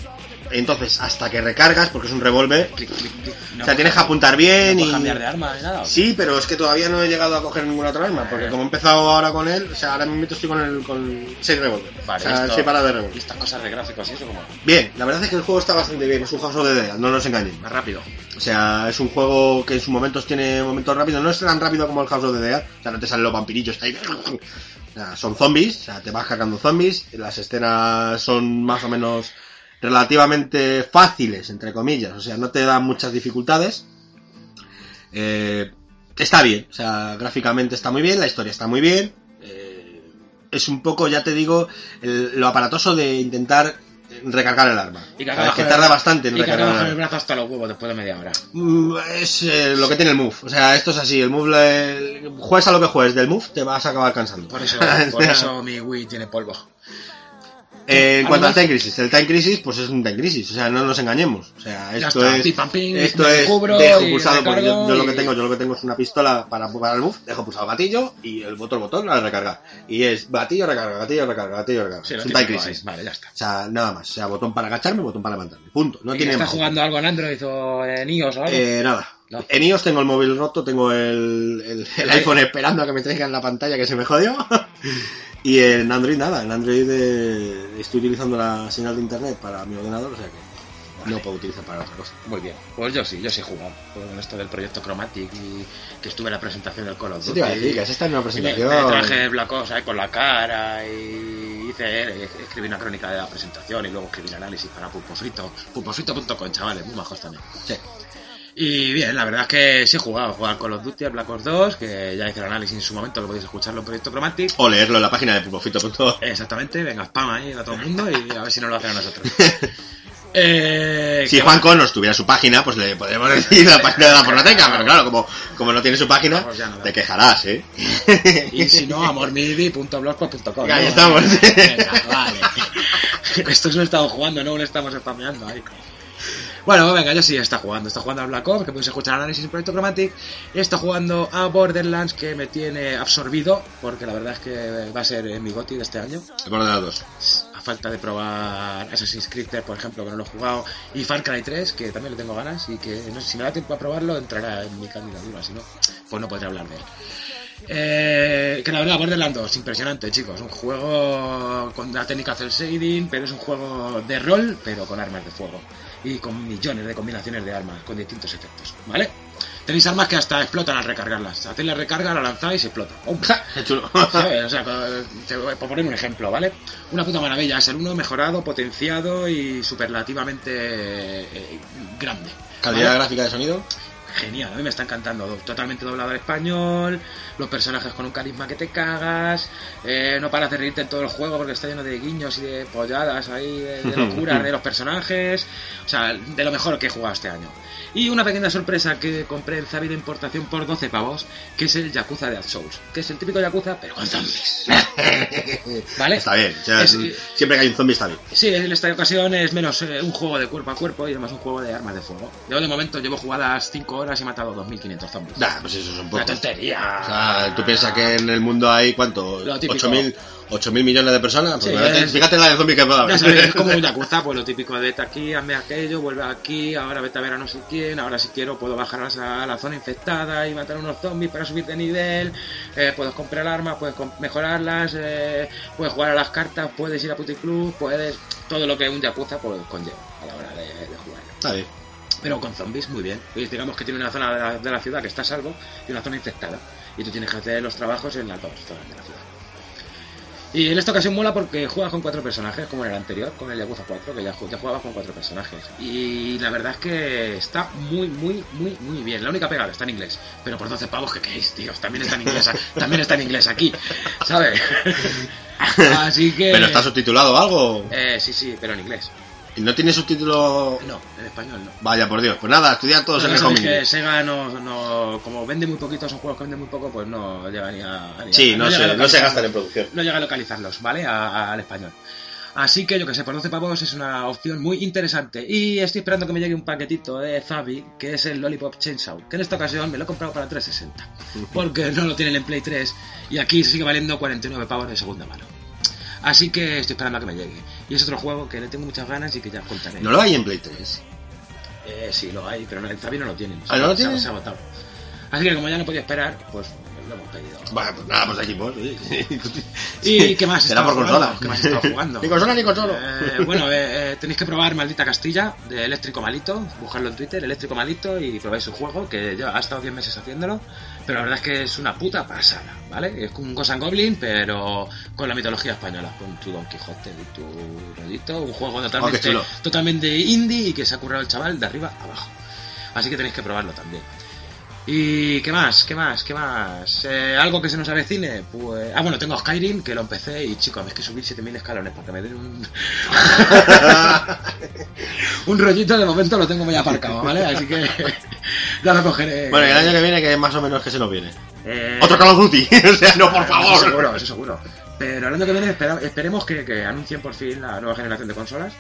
B: Entonces, hasta que recargas, porque es un revólver,
A: clic, clic, clic. No
B: o sea,
A: puedo-
B: tienes que apuntar
A: no
B: bien
A: puedo
B: y...
A: cambiar de arma ni nada. ¿o qué?
B: Sí, pero es que todavía no he llegado a coger ninguna otra arma, porque como he empezado ahora con él, o sea, ahora mismo estoy con, el, con seis revólveres.
A: Vale,
B: o sea,
A: esto-
B: seis balas de
A: Y
B: revólver.
A: estas cosas de gráficos y eso como...
B: Bien, la verdad es que el juego está bastante bien, es un House of the Dead, no nos engañen.
A: Más rápido.
B: O sea, es un juego que en sus momentos tiene momentos rápidos, no es tan rápido como el House of the Dead, o sea, no te salen los vampirillos ahí. O sea, son zombies, o sea, te vas cargando zombies, las escenas son más o menos relativamente fáciles, entre comillas, o sea, no te dan muchas dificultades. Eh, está bien, o sea, gráficamente está muy bien, la historia está muy bien. eh, es un poco, ya te digo, el- lo aparatoso de intentar recargar el arma.
A: Y que
B: Sabes
A: acabas
B: que
A: con
B: tarda
A: el-
B: bastante en
A: Y que
B: recargar el
A: acabas
B: arma.
A: con el brazo hasta los huevos después de media hora.
B: Mm, Es eh, lo que tiene el move. O sea, esto es así. El move, la- el- juegues a lo que juegues del move, te vas a acabar cansando.
A: Por eso,
B: O
A: por
B: sea,
A: eso mi Wii tiene polvo.
B: eh, en cuanto al
A: además-
B: Time Crisis, el Time Crisis, pues es un Time Crisis. O sea, no nos engañemos. O sea,
A: Ya
B: esto
A: está,
B: es.
A: pim, pam, pim,
B: esto
A: me
B: es.
A: cubro
B: Dejo
A: y
B: pulsado. porque yo,
A: recargo
B: yo lo que
A: y-
B: tengo, yo lo que tengo es una pistola para, para el move. Dejo pulsado el gatillo y el otro botón al recargar. Y es gatillo, recarga, gatillo, recarga, gatillo, recarga.
A: Sí, lo
B: es un
A: típico
B: Time Crisis.
A: ahí. Vale, ya está.
B: O sea, nada más. O sea, botón para agacharme, botón para levantarme. Punto. No
A: ¿Y
B: tiene
A: está
B: más.
A: jugando algo en Android o en iOS o algo?
B: Eh, nada.
A: No.
B: En iOS tengo el móvil roto, tengo el, el- el iPhone esperando a que me traigan la pantalla que se me jodió. y en Android nada, en Android eh, estoy utilizando la señal de internet para mi ordenador, o sea que no puedo utilizar para otra cosa.
A: Muy bien. Pues yo sí, yo sí he jugado. Con esto del proyecto Chromatic y que estuve en la presentación del Call of
B: Sí
A: Duty.
B: te iba a decir que has estado en una
A: Y me,
B: presentación.
A: me traje Black Ops ahí con la cara y hice, eh, escribí una crónica de la presentación y luego escribí el análisis para Pulpo Frito. Pulpofrito.com, chavales, muy majos también.
B: Sí.
A: Y bien, la verdad es que sí he jugado. He jugado al Call of Duty, al Black Ops 2, que ya hice el análisis en su momento, que podéis escucharlo en Proyecto Chromatic.
B: O leerlo en la página de pulpofito.org.
A: Exactamente, venga, spam ahí a todo el mundo y a ver si nos lo hacen a nosotros. Eh,
B: Si
A: que-
B: Juan Conos tuviera su página, pues le podríamos decir la página de la pornoteca, pero claro, como, como no tiene su página,
A: Pues ya nada.
B: te quejarás, ¿eh?
A: Y si no, amormidi.blogspot.com.
B: Ya, ya
A: ¿no?
B: estamos.
A: Venga, vale. Estos no estamos jugando, no lo estamos spameando ahí. Bueno, venga, yo sí está jugando. Está jugando a Black Ops, que podéis escuchar análisis en Proyecto Chromatic. Está jugando a Borderlands, que me tiene absorbido, porque la verdad es que va a ser eh, mi GOTY de este año.
B: El borde de las dos.
A: A falta de probar Assassin's Creed 3, por ejemplo, que no lo he jugado, y Far Cry 3, que también le tengo ganas, y que no sé, si me da tiempo a probarlo, entrará en mi candidatura, si no, pues no podré hablar de él. Eh, que la verdad, Borderlands 2, impresionante, chicos. Un juego con la técnica cel shading, pero es un juego de rol, pero con armas de fuego. Y con millones de combinaciones de armas, con distintos efectos, ¿vale? Tenéis armas que hasta explotan al recargarlas. Hacéis la recarga, la lanzáis y explota. ¡Pum!
B: Qué chulo.
A: ¿sabes? O sea, con- te voy- por poner un ejemplo, ¿vale? Una puta maravilla, es el uno mejorado, potenciado y superlativamente eh, grande.
B: Calidad
A: ¿vale?
B: gráfica de sonido.
A: Genial, a mí me está encantando. Do- Totalmente doblado al español, los personajes con un carisma que te cagas, eh, no paras de reírte en todo el juego porque está lleno de guiños y de polladas ahí, de, de locuras de los personajes. O sea, de lo mejor que he jugado este año. Y una pequeña sorpresa que compré en Zabi de importación por 12 pavos, que es el Yakuza de Dark Souls, que es el típico Yakuza, pero con zombies. ¿Vale?
B: Está bien, o sea,
A: Eh, Es-
B: siempre que hay un zombie está bien.
A: Sí, en esta ocasión es menos eh, un juego de cuerpo a cuerpo y es más un juego de armas de fuego. Yo de momento llevo jugadas 5 horas y he matado 2.500 zombies.
B: Nah, pues eso es un poco.
A: Una tontería.
B: O sea, tú piensas que en el mundo hay, ¿cuánto?
A: Lo típico.
B: 8.000 8.000 millones de personas. Pues
A: Sí,
B: fíjate,
A: es-
B: fíjate la de zombies que puede
A: Ya sabes, es
B: haber.
A: como un yakuza, pues lo típico de vete aquí, hazme aquello, vuelve aquí, ahora vete a ver a no sé quién, ahora si quiero puedo bajar a la- a la zona infectada y matar a unos zombies para subir de nivel, eh, puedes comprar armas, puedes com- mejorarlas, eh, puedes jugar a las cartas, puedes ir a puticlub, puedes... Todo lo que un yakuza pues conlleva a la hora de, de jugar.
B: Está bien.
A: Pero con zombies, muy bien. Y digamos que tiene una zona de la, de la ciudad que está a salvo y una zona infectada. Y tú tienes que hacer los trabajos en las dos zonas de la ciudad. Y en esta ocasión mola porque juegas con cuatro personajes, como en el anterior, con el Yakuza 4, que ya, ju- ya jugabas con cuatro personajes. Y la verdad es que está muy, muy, muy, muy bien. La única pega que está en inglés. Pero por 12 pavos que queréis, tíos. También está en inglés, también está en inglés aquí, ¿sabes? Así que...
B: ¿Pero está subtitulado o algo?
A: Eh, sí, sí, pero en inglés.
B: ¿Y ¿No tiene subtítulo?
A: No, en español no.
B: Vaya, por Dios. Pues nada, estudiad todos en
A: Pero ya
B: el
A: sabéis
B: coming.
A: que Sega no, no- como vende muy poquito, son juegos que venden muy poco, pues no llega ni a... ni a-
B: Sí, no,
A: llega a
B: se, no se
A: localizar-
B: gastan en producción.
A: No llega a localizarlos, ¿vale? A- a- al español. Así que yo que sé, por 12 pavos es una opción muy interesante. Y estoy esperando que me llegue un paquetito de Zabi, que es el Lollipop Chainsaw, que en esta ocasión me lo he comprado para 360. Porque no lo tienen en Play 3 y aquí sigue valiendo 49 pavos de segunda mano. Así que estoy esperando a que me llegue. Y es otro juego que le tengo muchas ganas y que ya os contaré.
B: No lo hay en Play 3.
A: Eh, sí, lo hay, pero no- el Zabi no lo tienen.
B: Ah, ¿no lo tienen?
A: Se ha agotado. Así que como ya no podía esperar, pues lo hemos pedido.
B: Bueno, pues nada, pues aquí vos.
A: ¿Y qué más?
B: Será
A: estaba
B: por
A: jugando?
B: consola.
A: ¿Qué más estaba jugando?
B: ni consola ni consola.
A: Eh, bueno, eh, eh, tenéis que probar Maldita Castilla de Eléctrico Malito, buscarlo en Twitter, Eléctrico Malito, y probáis su juego, que ya ha estado 10 meses haciéndolo, pero la verdad es que es una puta pasada, ¿vale? Es como un Ghost and Goblin, pero con la mitología española, con tu Don Quijote y tu rodito, un juego
B: Oh,
A: totalmente,
B: qué chulo.
A: totalmente indie y que se ha currado el chaval de arriba a abajo. Así que tenéis que probarlo también. ¿Y qué más? ¿Qué más? ¿Qué más? Eh, ¿Algo que se nos avecine? Pues... Ah, bueno, tengo Skyrim, que lo empecé y, chico, a mí es que subir 7000 escalones para que me den un... un rollito de momento lo tengo muy aparcado, ¿vale? Así que ya lo cogeré.
B: Bueno, y el año que viene, que es más o menos que se nos viene.
A: Eh,
B: Otro Call of Duty, o sea, no, por
A: Eso
B: favor.
A: seguro, eso seguro. Pero el año que viene espera- esperemos que, que anuncien por fin la nueva generación de consolas.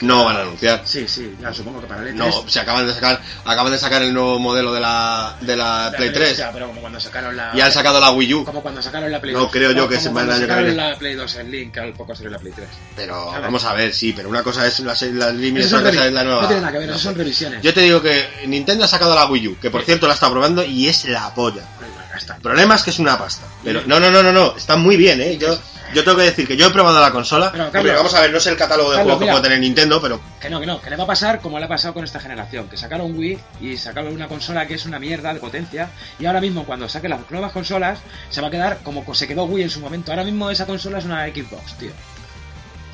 B: No van a anunciar.
A: Sí, sí, ya supongo que para el E E3.
B: No, se acaban de sacar, acaban de sacar el nuevo modelo de la, de la
A: Ya,
B: Play
A: pero-
B: 3
A: ya, pero como cuando sacaron la...
B: y han sacado la Wii U.
A: Como cuando sacaron la Play
B: No
A: 2.
B: creo yo que
A: Como
B: se
A: cuando
B: van a
A: sacaron
B: llegar.
A: la Play 2 en Link, al poco salió la Play 3.
B: Pero
A: ¿Sabes?
B: vamos a ver, sí, pero una cosa es la, la Limit,
A: Eso son
B: otra cosa
A: revi-
B: es la nueva.
A: No tiene nada que ver,
B: No
A: eso son
B: sé.
A: revisiones.
B: Yo te digo que Nintendo ha sacado la Wii U, que por cierto la está probando y es la polla.
A: Ya está.
B: El problema es que es una pasta. Pero no, no, no, no, no, está muy bien, ¿eh? Yo, yo tengo que decir que yo he probado la consola.
A: Pero, Carlos,
B: Hombre, vamos a ver, no sé el catálogo de
A: Carlos,
B: juegos que
A: mira.
B: puede tener Nintendo, pero
A: Que no, que no, que le va a pasar como le ha pasado con esta generación, que sacaron Wii y sacaron una consola que es una mierda de potencia, y ahora mismo cuando saquen las nuevas consolas se va a quedar como co- se quedó Wii en su momento. Ahora mismo esa consola es una Xbox, tío.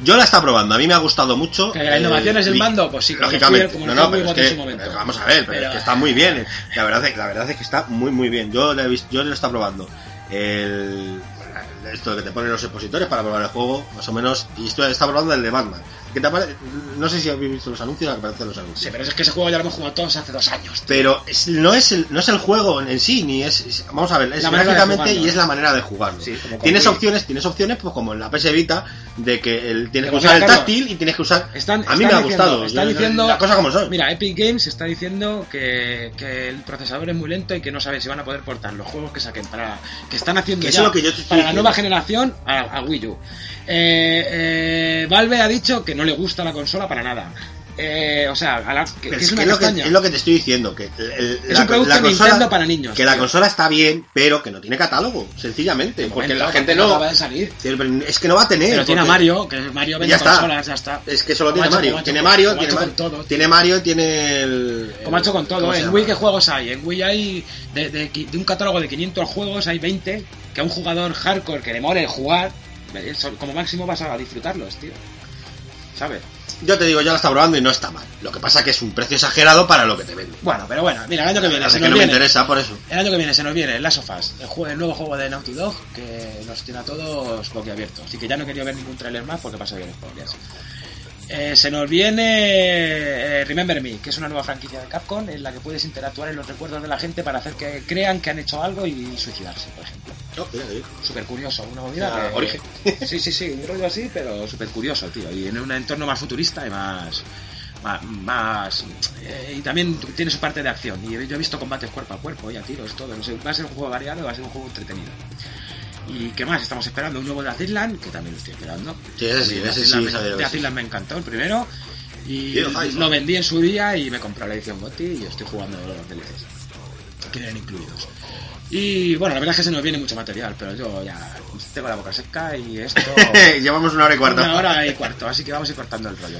B: yo la está probando, a mí me ha gustado mucho.
A: Que la innovación es el
B: y-
A: mando, pues sí, como
B: lógicamente.
A: fue- como
B: no,
A: fue
B: no,
A: Wii
B: pero es
A: Bot en
B: que,
A: su momento.
B: pero vamos a ver, pero, es
A: Pero-
B: que está muy bien. eh. La verdad, es- la verdad es que está muy, muy bien. Yo la he visto, yo lo está probando. El, esto que te ponen los expositores para probar el juego, más o menos. Y esto está probando el de Batman. ¿Qué te apare- No sé si habéis visto los anuncios, que aparecen los anuncios.
A: Sí, pero es que ese juego ya lo hemos jugado todos hace dos años. tío.
B: Pero es- no, es el, no es el juego en sí, ni es. es- vamos a ver, es
A: La manera de
B: gráficamente
A: jugarlo,
B: y es
A: ¿no?
B: la manera de jugarlo.
A: Sí, como con
B: tienes
A: Wii.
B: opciones, tienes opciones, pues como en la PS Vita, de que el- tienes que
A: Pero mira,
B: usar el
A: Carlos,
B: táctil y tienes que usar.
A: Están,
B: a mí
A: están
B: me ha
A: diciendo-
B: gustado.
A: están
B: yo- yo-
A: diciendo,
B: las cosas como son.
A: Mira, Epic Games está diciendo que, que el procesador es muy lento y que no sabe si van a poder portar los juegos que saquen para que están haciendo ya
B: Que eso es lo que yo te estoy
A: para la
B: diciendo.
A: nueva generación a, a Wii U. Eh, eh, Valve ha dicho que no le gusta la consola para nada. Eh, o sea, a la- que,
B: Pero
A: que
B: es,
A: es
B: que
A: una
B: es lo que,
A: castaña.
B: es lo que te estoy diciendo, que el- el-
A: Es un producto Nintendo para niños,
B: Que la
A: tío.
B: consola está bien, pero que no tiene catálogo, sencillamente. Porque
A: Momento,
B: la gente
A: acaba
B: no.
A: de salir.
B: Es que no va a tener.
A: Pero tiene a
B: porque-
A: Mario, que Mario vende
B: Ya está. Eh,
A: consolas, ya está.
B: Es que solo
A: Como
B: tiene
A: ha hecho-
B: Mario.
A: como ha
B: Tiene
A: hecho-
B: Mario,
A: como ha
B: tiene
A: hecho
B: Mario.
A: con todo, tío.
B: Tiene Mario, tiene el.
A: Como ha hecho con
B: ¿cómo
A: todo, ¿eh?
B: se
A: en
B: llama?
A: Wii qué juegos hay, en Wii hay de, de qui- de un catálogo de 500 juegos hay 20 que a un jugador hardcore que demore jugar, eh, eso, como máximo vas a disfrutarlos, tío. ¿Sabes?
B: Yo te digo, ya la está probando y no está mal. Lo que pasa que es un precio exagerado para lo que te venden.
A: Bueno, pero bueno, mira, el año que viene
B: Así
A: se
B: que
A: nos
B: no me
A: viene.
B: interesa por eso.
A: El año que viene se nos viene Last of Us, el, jue- el nuevo juego de Naughty Dog que nos tiene a todos boquiabiertos. Así que ya no quería ver ningún tráiler más porque pasa bien spoilers. Eh, se nos viene eh, Remember Me, que es una nueva franquicia de Capcom en la que puedes interactuar en los recuerdos de la gente para hacer que crean que han hecho algo y suicidarse, por ejemplo.
B: No, mira, mira.
A: Súper curioso, una movida.
B: Ah,
A: que-
B: Origen.
A: Sí, sí, sí, un rollo así, pero súper curioso, tío. Y en un entorno más futurista y más. más. más, eh, y también tiene su parte de acción. Y yo he visto combates cuerpo a cuerpo y a tiros, todo. No sé, va a ser un juego variado, va a ser un juego entretenido. ¿Y qué más? Estamos esperando un nuevo de Island, que también lo estoy esperando.
B: Sí, ese sí,
A: Death
B: ese sí,
A: Island me-
B: sabía lo que
A: Death
B: sí. ah,
A: Island me encantó el primero. Y
B: Death Island.
A: lo vendí en su día y me compré la edición Gotti y estoy jugando los DLCs. Que vienen incluidos. Y bueno, la verdad es que se nos viene mucho material, pero yo ya tengo la boca seca y esto.
B: Llevamos una hora y cuarto.
A: Una hora y cuarto, así que vamos a ir cortando el rollo.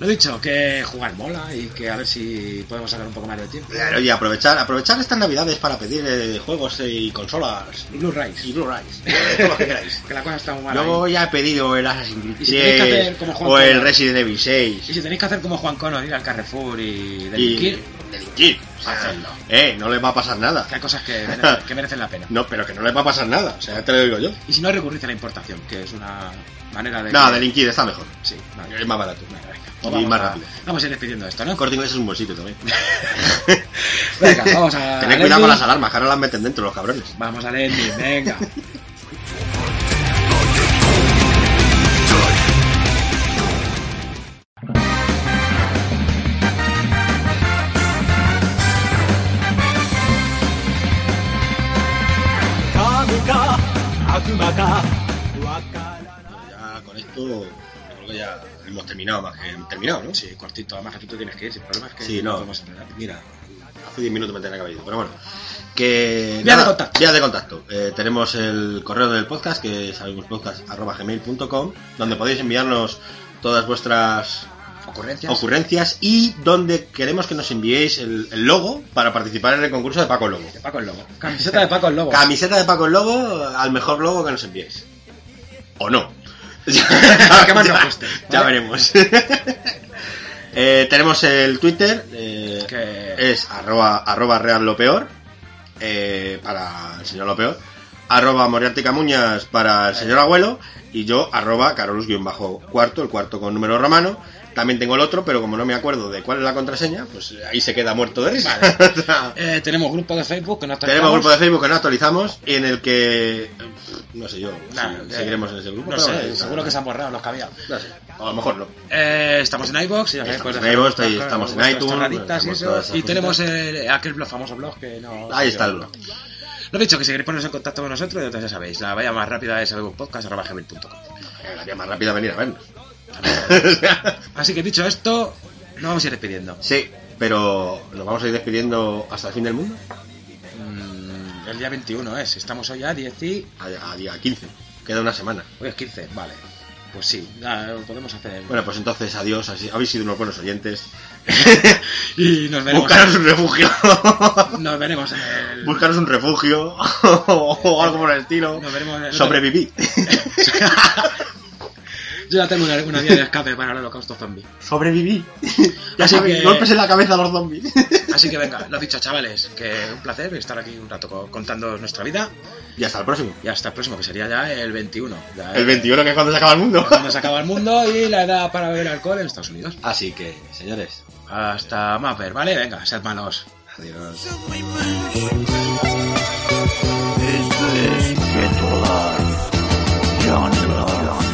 A: Lo dicho, que jugar mola y que a ver si podemos sacar un poco más de tiempo.
B: Claro, y aprovechar, aprovechar estas navidades para pedir eh, juegos y consolas
A: Y Blu-rays.
B: y Blu-rays. eh, Todo lo que queráis.
A: Que la cosa está muy mala.
B: Luego
A: ahí.
B: ya he pedido el Assassin's
A: Y
B: Creed
A: si tenéis que hacer
B: 3
A: como Juan
B: o el
A: Pablo.
B: Resident Evil 6.
A: Y si tenéis que hacer como Juan Cono, ir al Carrefour y
B: Y
A: delinquir,
B: delinquir. O sea,
A: Hacedlo.
B: eh, no les va a pasar nada.
A: que hay cosas que merecen, que merecen la pena.
B: No, pero que no les va a pasar nada. O sea, te lo digo yo.
A: Y si no, recurrís a la importación, que es una manera de.
B: Nada, delinquir está mejor.
A: Sí, vale.
B: Es más barato.
A: Venga, venga. Pues
B: Y
A: vamos
B: más
A: a-
B: rápido.
A: Vamos a ir despidiendo esto, ¿no?
B: Corte inglés es un buen sitio también.
A: Venga, vamos a.
B: Tened
A: a
B: cuidado con
A: Lenny.
B: las alarmas, que ahora las meten dentro los cabrones.
A: Vamos a Lenny, venga.
B: Ya con esto, yo creo que ya hemos terminado más que hemos terminado, ¿no?
A: Sí, cortito, además que tú te tienes que ir sin problemas. Que
B: Sí, no.
A: podemos enredar.
B: Mira, hace 10 minutos me tenía que haber ido, pero bueno. Que,
A: Vías de contacto.
B: vías de contacto. Eh, tenemos el correo del podcast, que es gmail.com donde podéis enviarnos todas vuestras
A: Ocurrencias.
B: ocurrencias y donde queremos que nos enviéis el, el logo para participar en el concurso de Paco el Lobo.
A: de Paco el Lobo. Camiseta de Paco el Lobo.
B: Camiseta de Paco el Lobo al mejor logo que nos enviéis. O no.
A: que más nos
B: Ya-
A: guste,
B: Ya
A: ¿vale?
B: veremos. Eh, tenemos el Twitter, eh,
A: Que que.
B: es arroba, arroba real lo peor eh, para el señor lo peor arroba Moriarty Camuñas para el señor abuelo y yo arroba carolus bajo cuarto el cuarto con número romano también tengo el otro pero como no me acuerdo de cuál es la contraseña pues ahí se queda muerto de risa O sea,
A: Eh, tenemos grupo de Facebook que no está
B: tenemos grupo de Facebook que no actualizamos y en el que eh, no sé yo
A: Nah,
B: si
A: eh,
B: seguiremos en ese grupo
A: No
B: pero
A: sé,
B: bueno,
A: seguro que se han borrado los que había.
B: no sé, a lo mejor no
A: Eh, estamos en iVoox, ya sabéis,
B: Estamos
A: pues,
B: en
A: dejar
B: iVoox,
A: vuestras-
B: ahí estamos en
A: vuestras
B: iTunes,
A: chorraditas y,
B: estamos
A: eso,
B: todas esas
A: y tenemos el- aquel blog, famoso blog que no...
B: ahí está el blog
A: Lo dicho, que si queréis poneros en contacto con nosotros, entonces ya sabéis, la vaya más rápida es algopodcast.com.
B: la vía más rápida venir a vernos O sea,
A: Así que dicho esto, nos vamos a ir despidiendo.
B: sí pero nos vamos a ir despidiendo hasta el fin del mundo
A: Mm, el día 21 es, estamos hoy a 10 y...
B: a, a día 15 queda una semana
A: Hoy es 15, vale. Pues sí, ah, lo podemos hacer.
B: Bueno, pues entonces, adiós. Así, habéis sido unos buenos oyentes.
A: y nos veremos,
B: Buscaros un refugio.
A: nos veremos en el...
B: Buscaros un refugio. o algo por el estilo.
A: Nos veremos en el-
B: Sobrevivid.
A: Yo ya tengo una, una vía de escape para el holocausto zombie.
B: Sobrevivid. ya
A: Así
B: sabéis,
A: que-
B: golpes en la cabeza a los zombies.
A: Así que venga, lo dicho chavales, que un placer estar aquí un rato co- contando nuestra vida
B: y hasta el próximo.
A: y hasta el próximo, que sería ya el 21. ya
B: El 21, que es cuando se acaba el mundo.
A: Cuando se acaba el mundo y la edad para beber alcohol en Estados Unidos.
B: Así que, señores,
A: Hasta más ver, ¿vale? Venga, sed malos.
B: adiós.
D: Esto es Petrolife. Johnny Lawrence.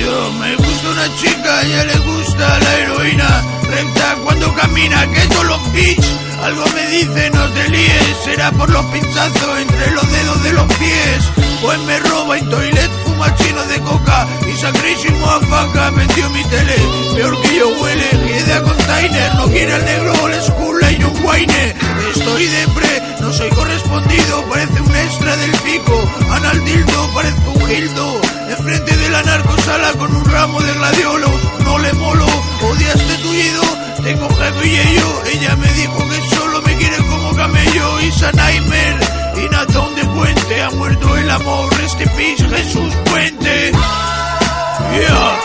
D: Yo me gusta una chica, ya le gusta la heroína. Recta cuando camina, que esto los pitch. Algo me dice, no te líes. Será por los pinchazos entre los dedos de los pies. Pues me roba en toilet, fuma chino de coca. Y sacrísimo a faca vendió mi tele. Peor que yo huele, queda a container. No quiere al negro, le escula y un guaine. Estoy depre, no soy correspondido. Parece un extra del pico. Anal dildo, parezco un gildo. Enfrente de la narcosala con un ramo de gladiolos. No le molo, odia este tullido. Tengo jefe y ello. Ella me dijo que solo me quiere como camello. Y Sanaimer, y Natón de Puente. Ha muerto el amor, este pis Jesús Puente. Yeah.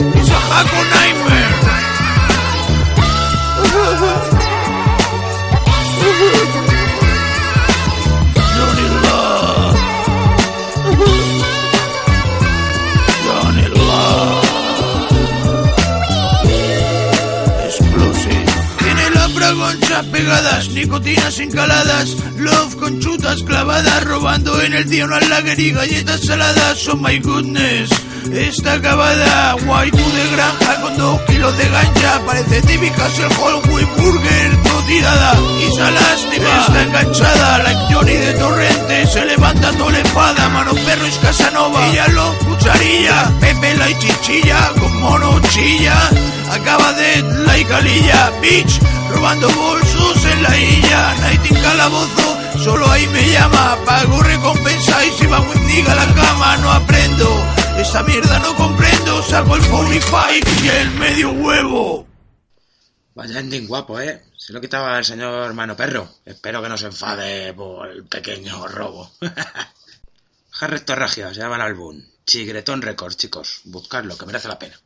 D: Y Sajako Nightmare. Johnny Love. Johnny Love. Explosive. Tiene la bragonchas pegadas, nicotinas encaladas, love con chutas clavadas, robando en el día una lager y galletas saladas. Oh my goodness, está acabada. Waifu de granja con dos kilos de gancha, parece típica el Hollywood Burger, no tirada y salástima. Está enganchada, la Johnny de Torrente, se levanta tolefada, mano perro es Casanova. Ella lo cucharilla, Pepe la y chichilla, con mono chilla, acaba de la y calilla, bitch, robando bolsos en la isla, Nighting calabozo, solo ahí me llama, pago recompensa y si va diga a la cama, no aprendo, esta mierda no comprendo, salvo el 45 y el medio huevo.
A: Vaya ending guapo, ¿eh? Se lo quitaba el señor Mano Perro. Espero que no se enfade por el pequeño robo. Harry Torragio, se llama el álbum. Chigretón Records, chicos. Buscarlo, que merece la pena.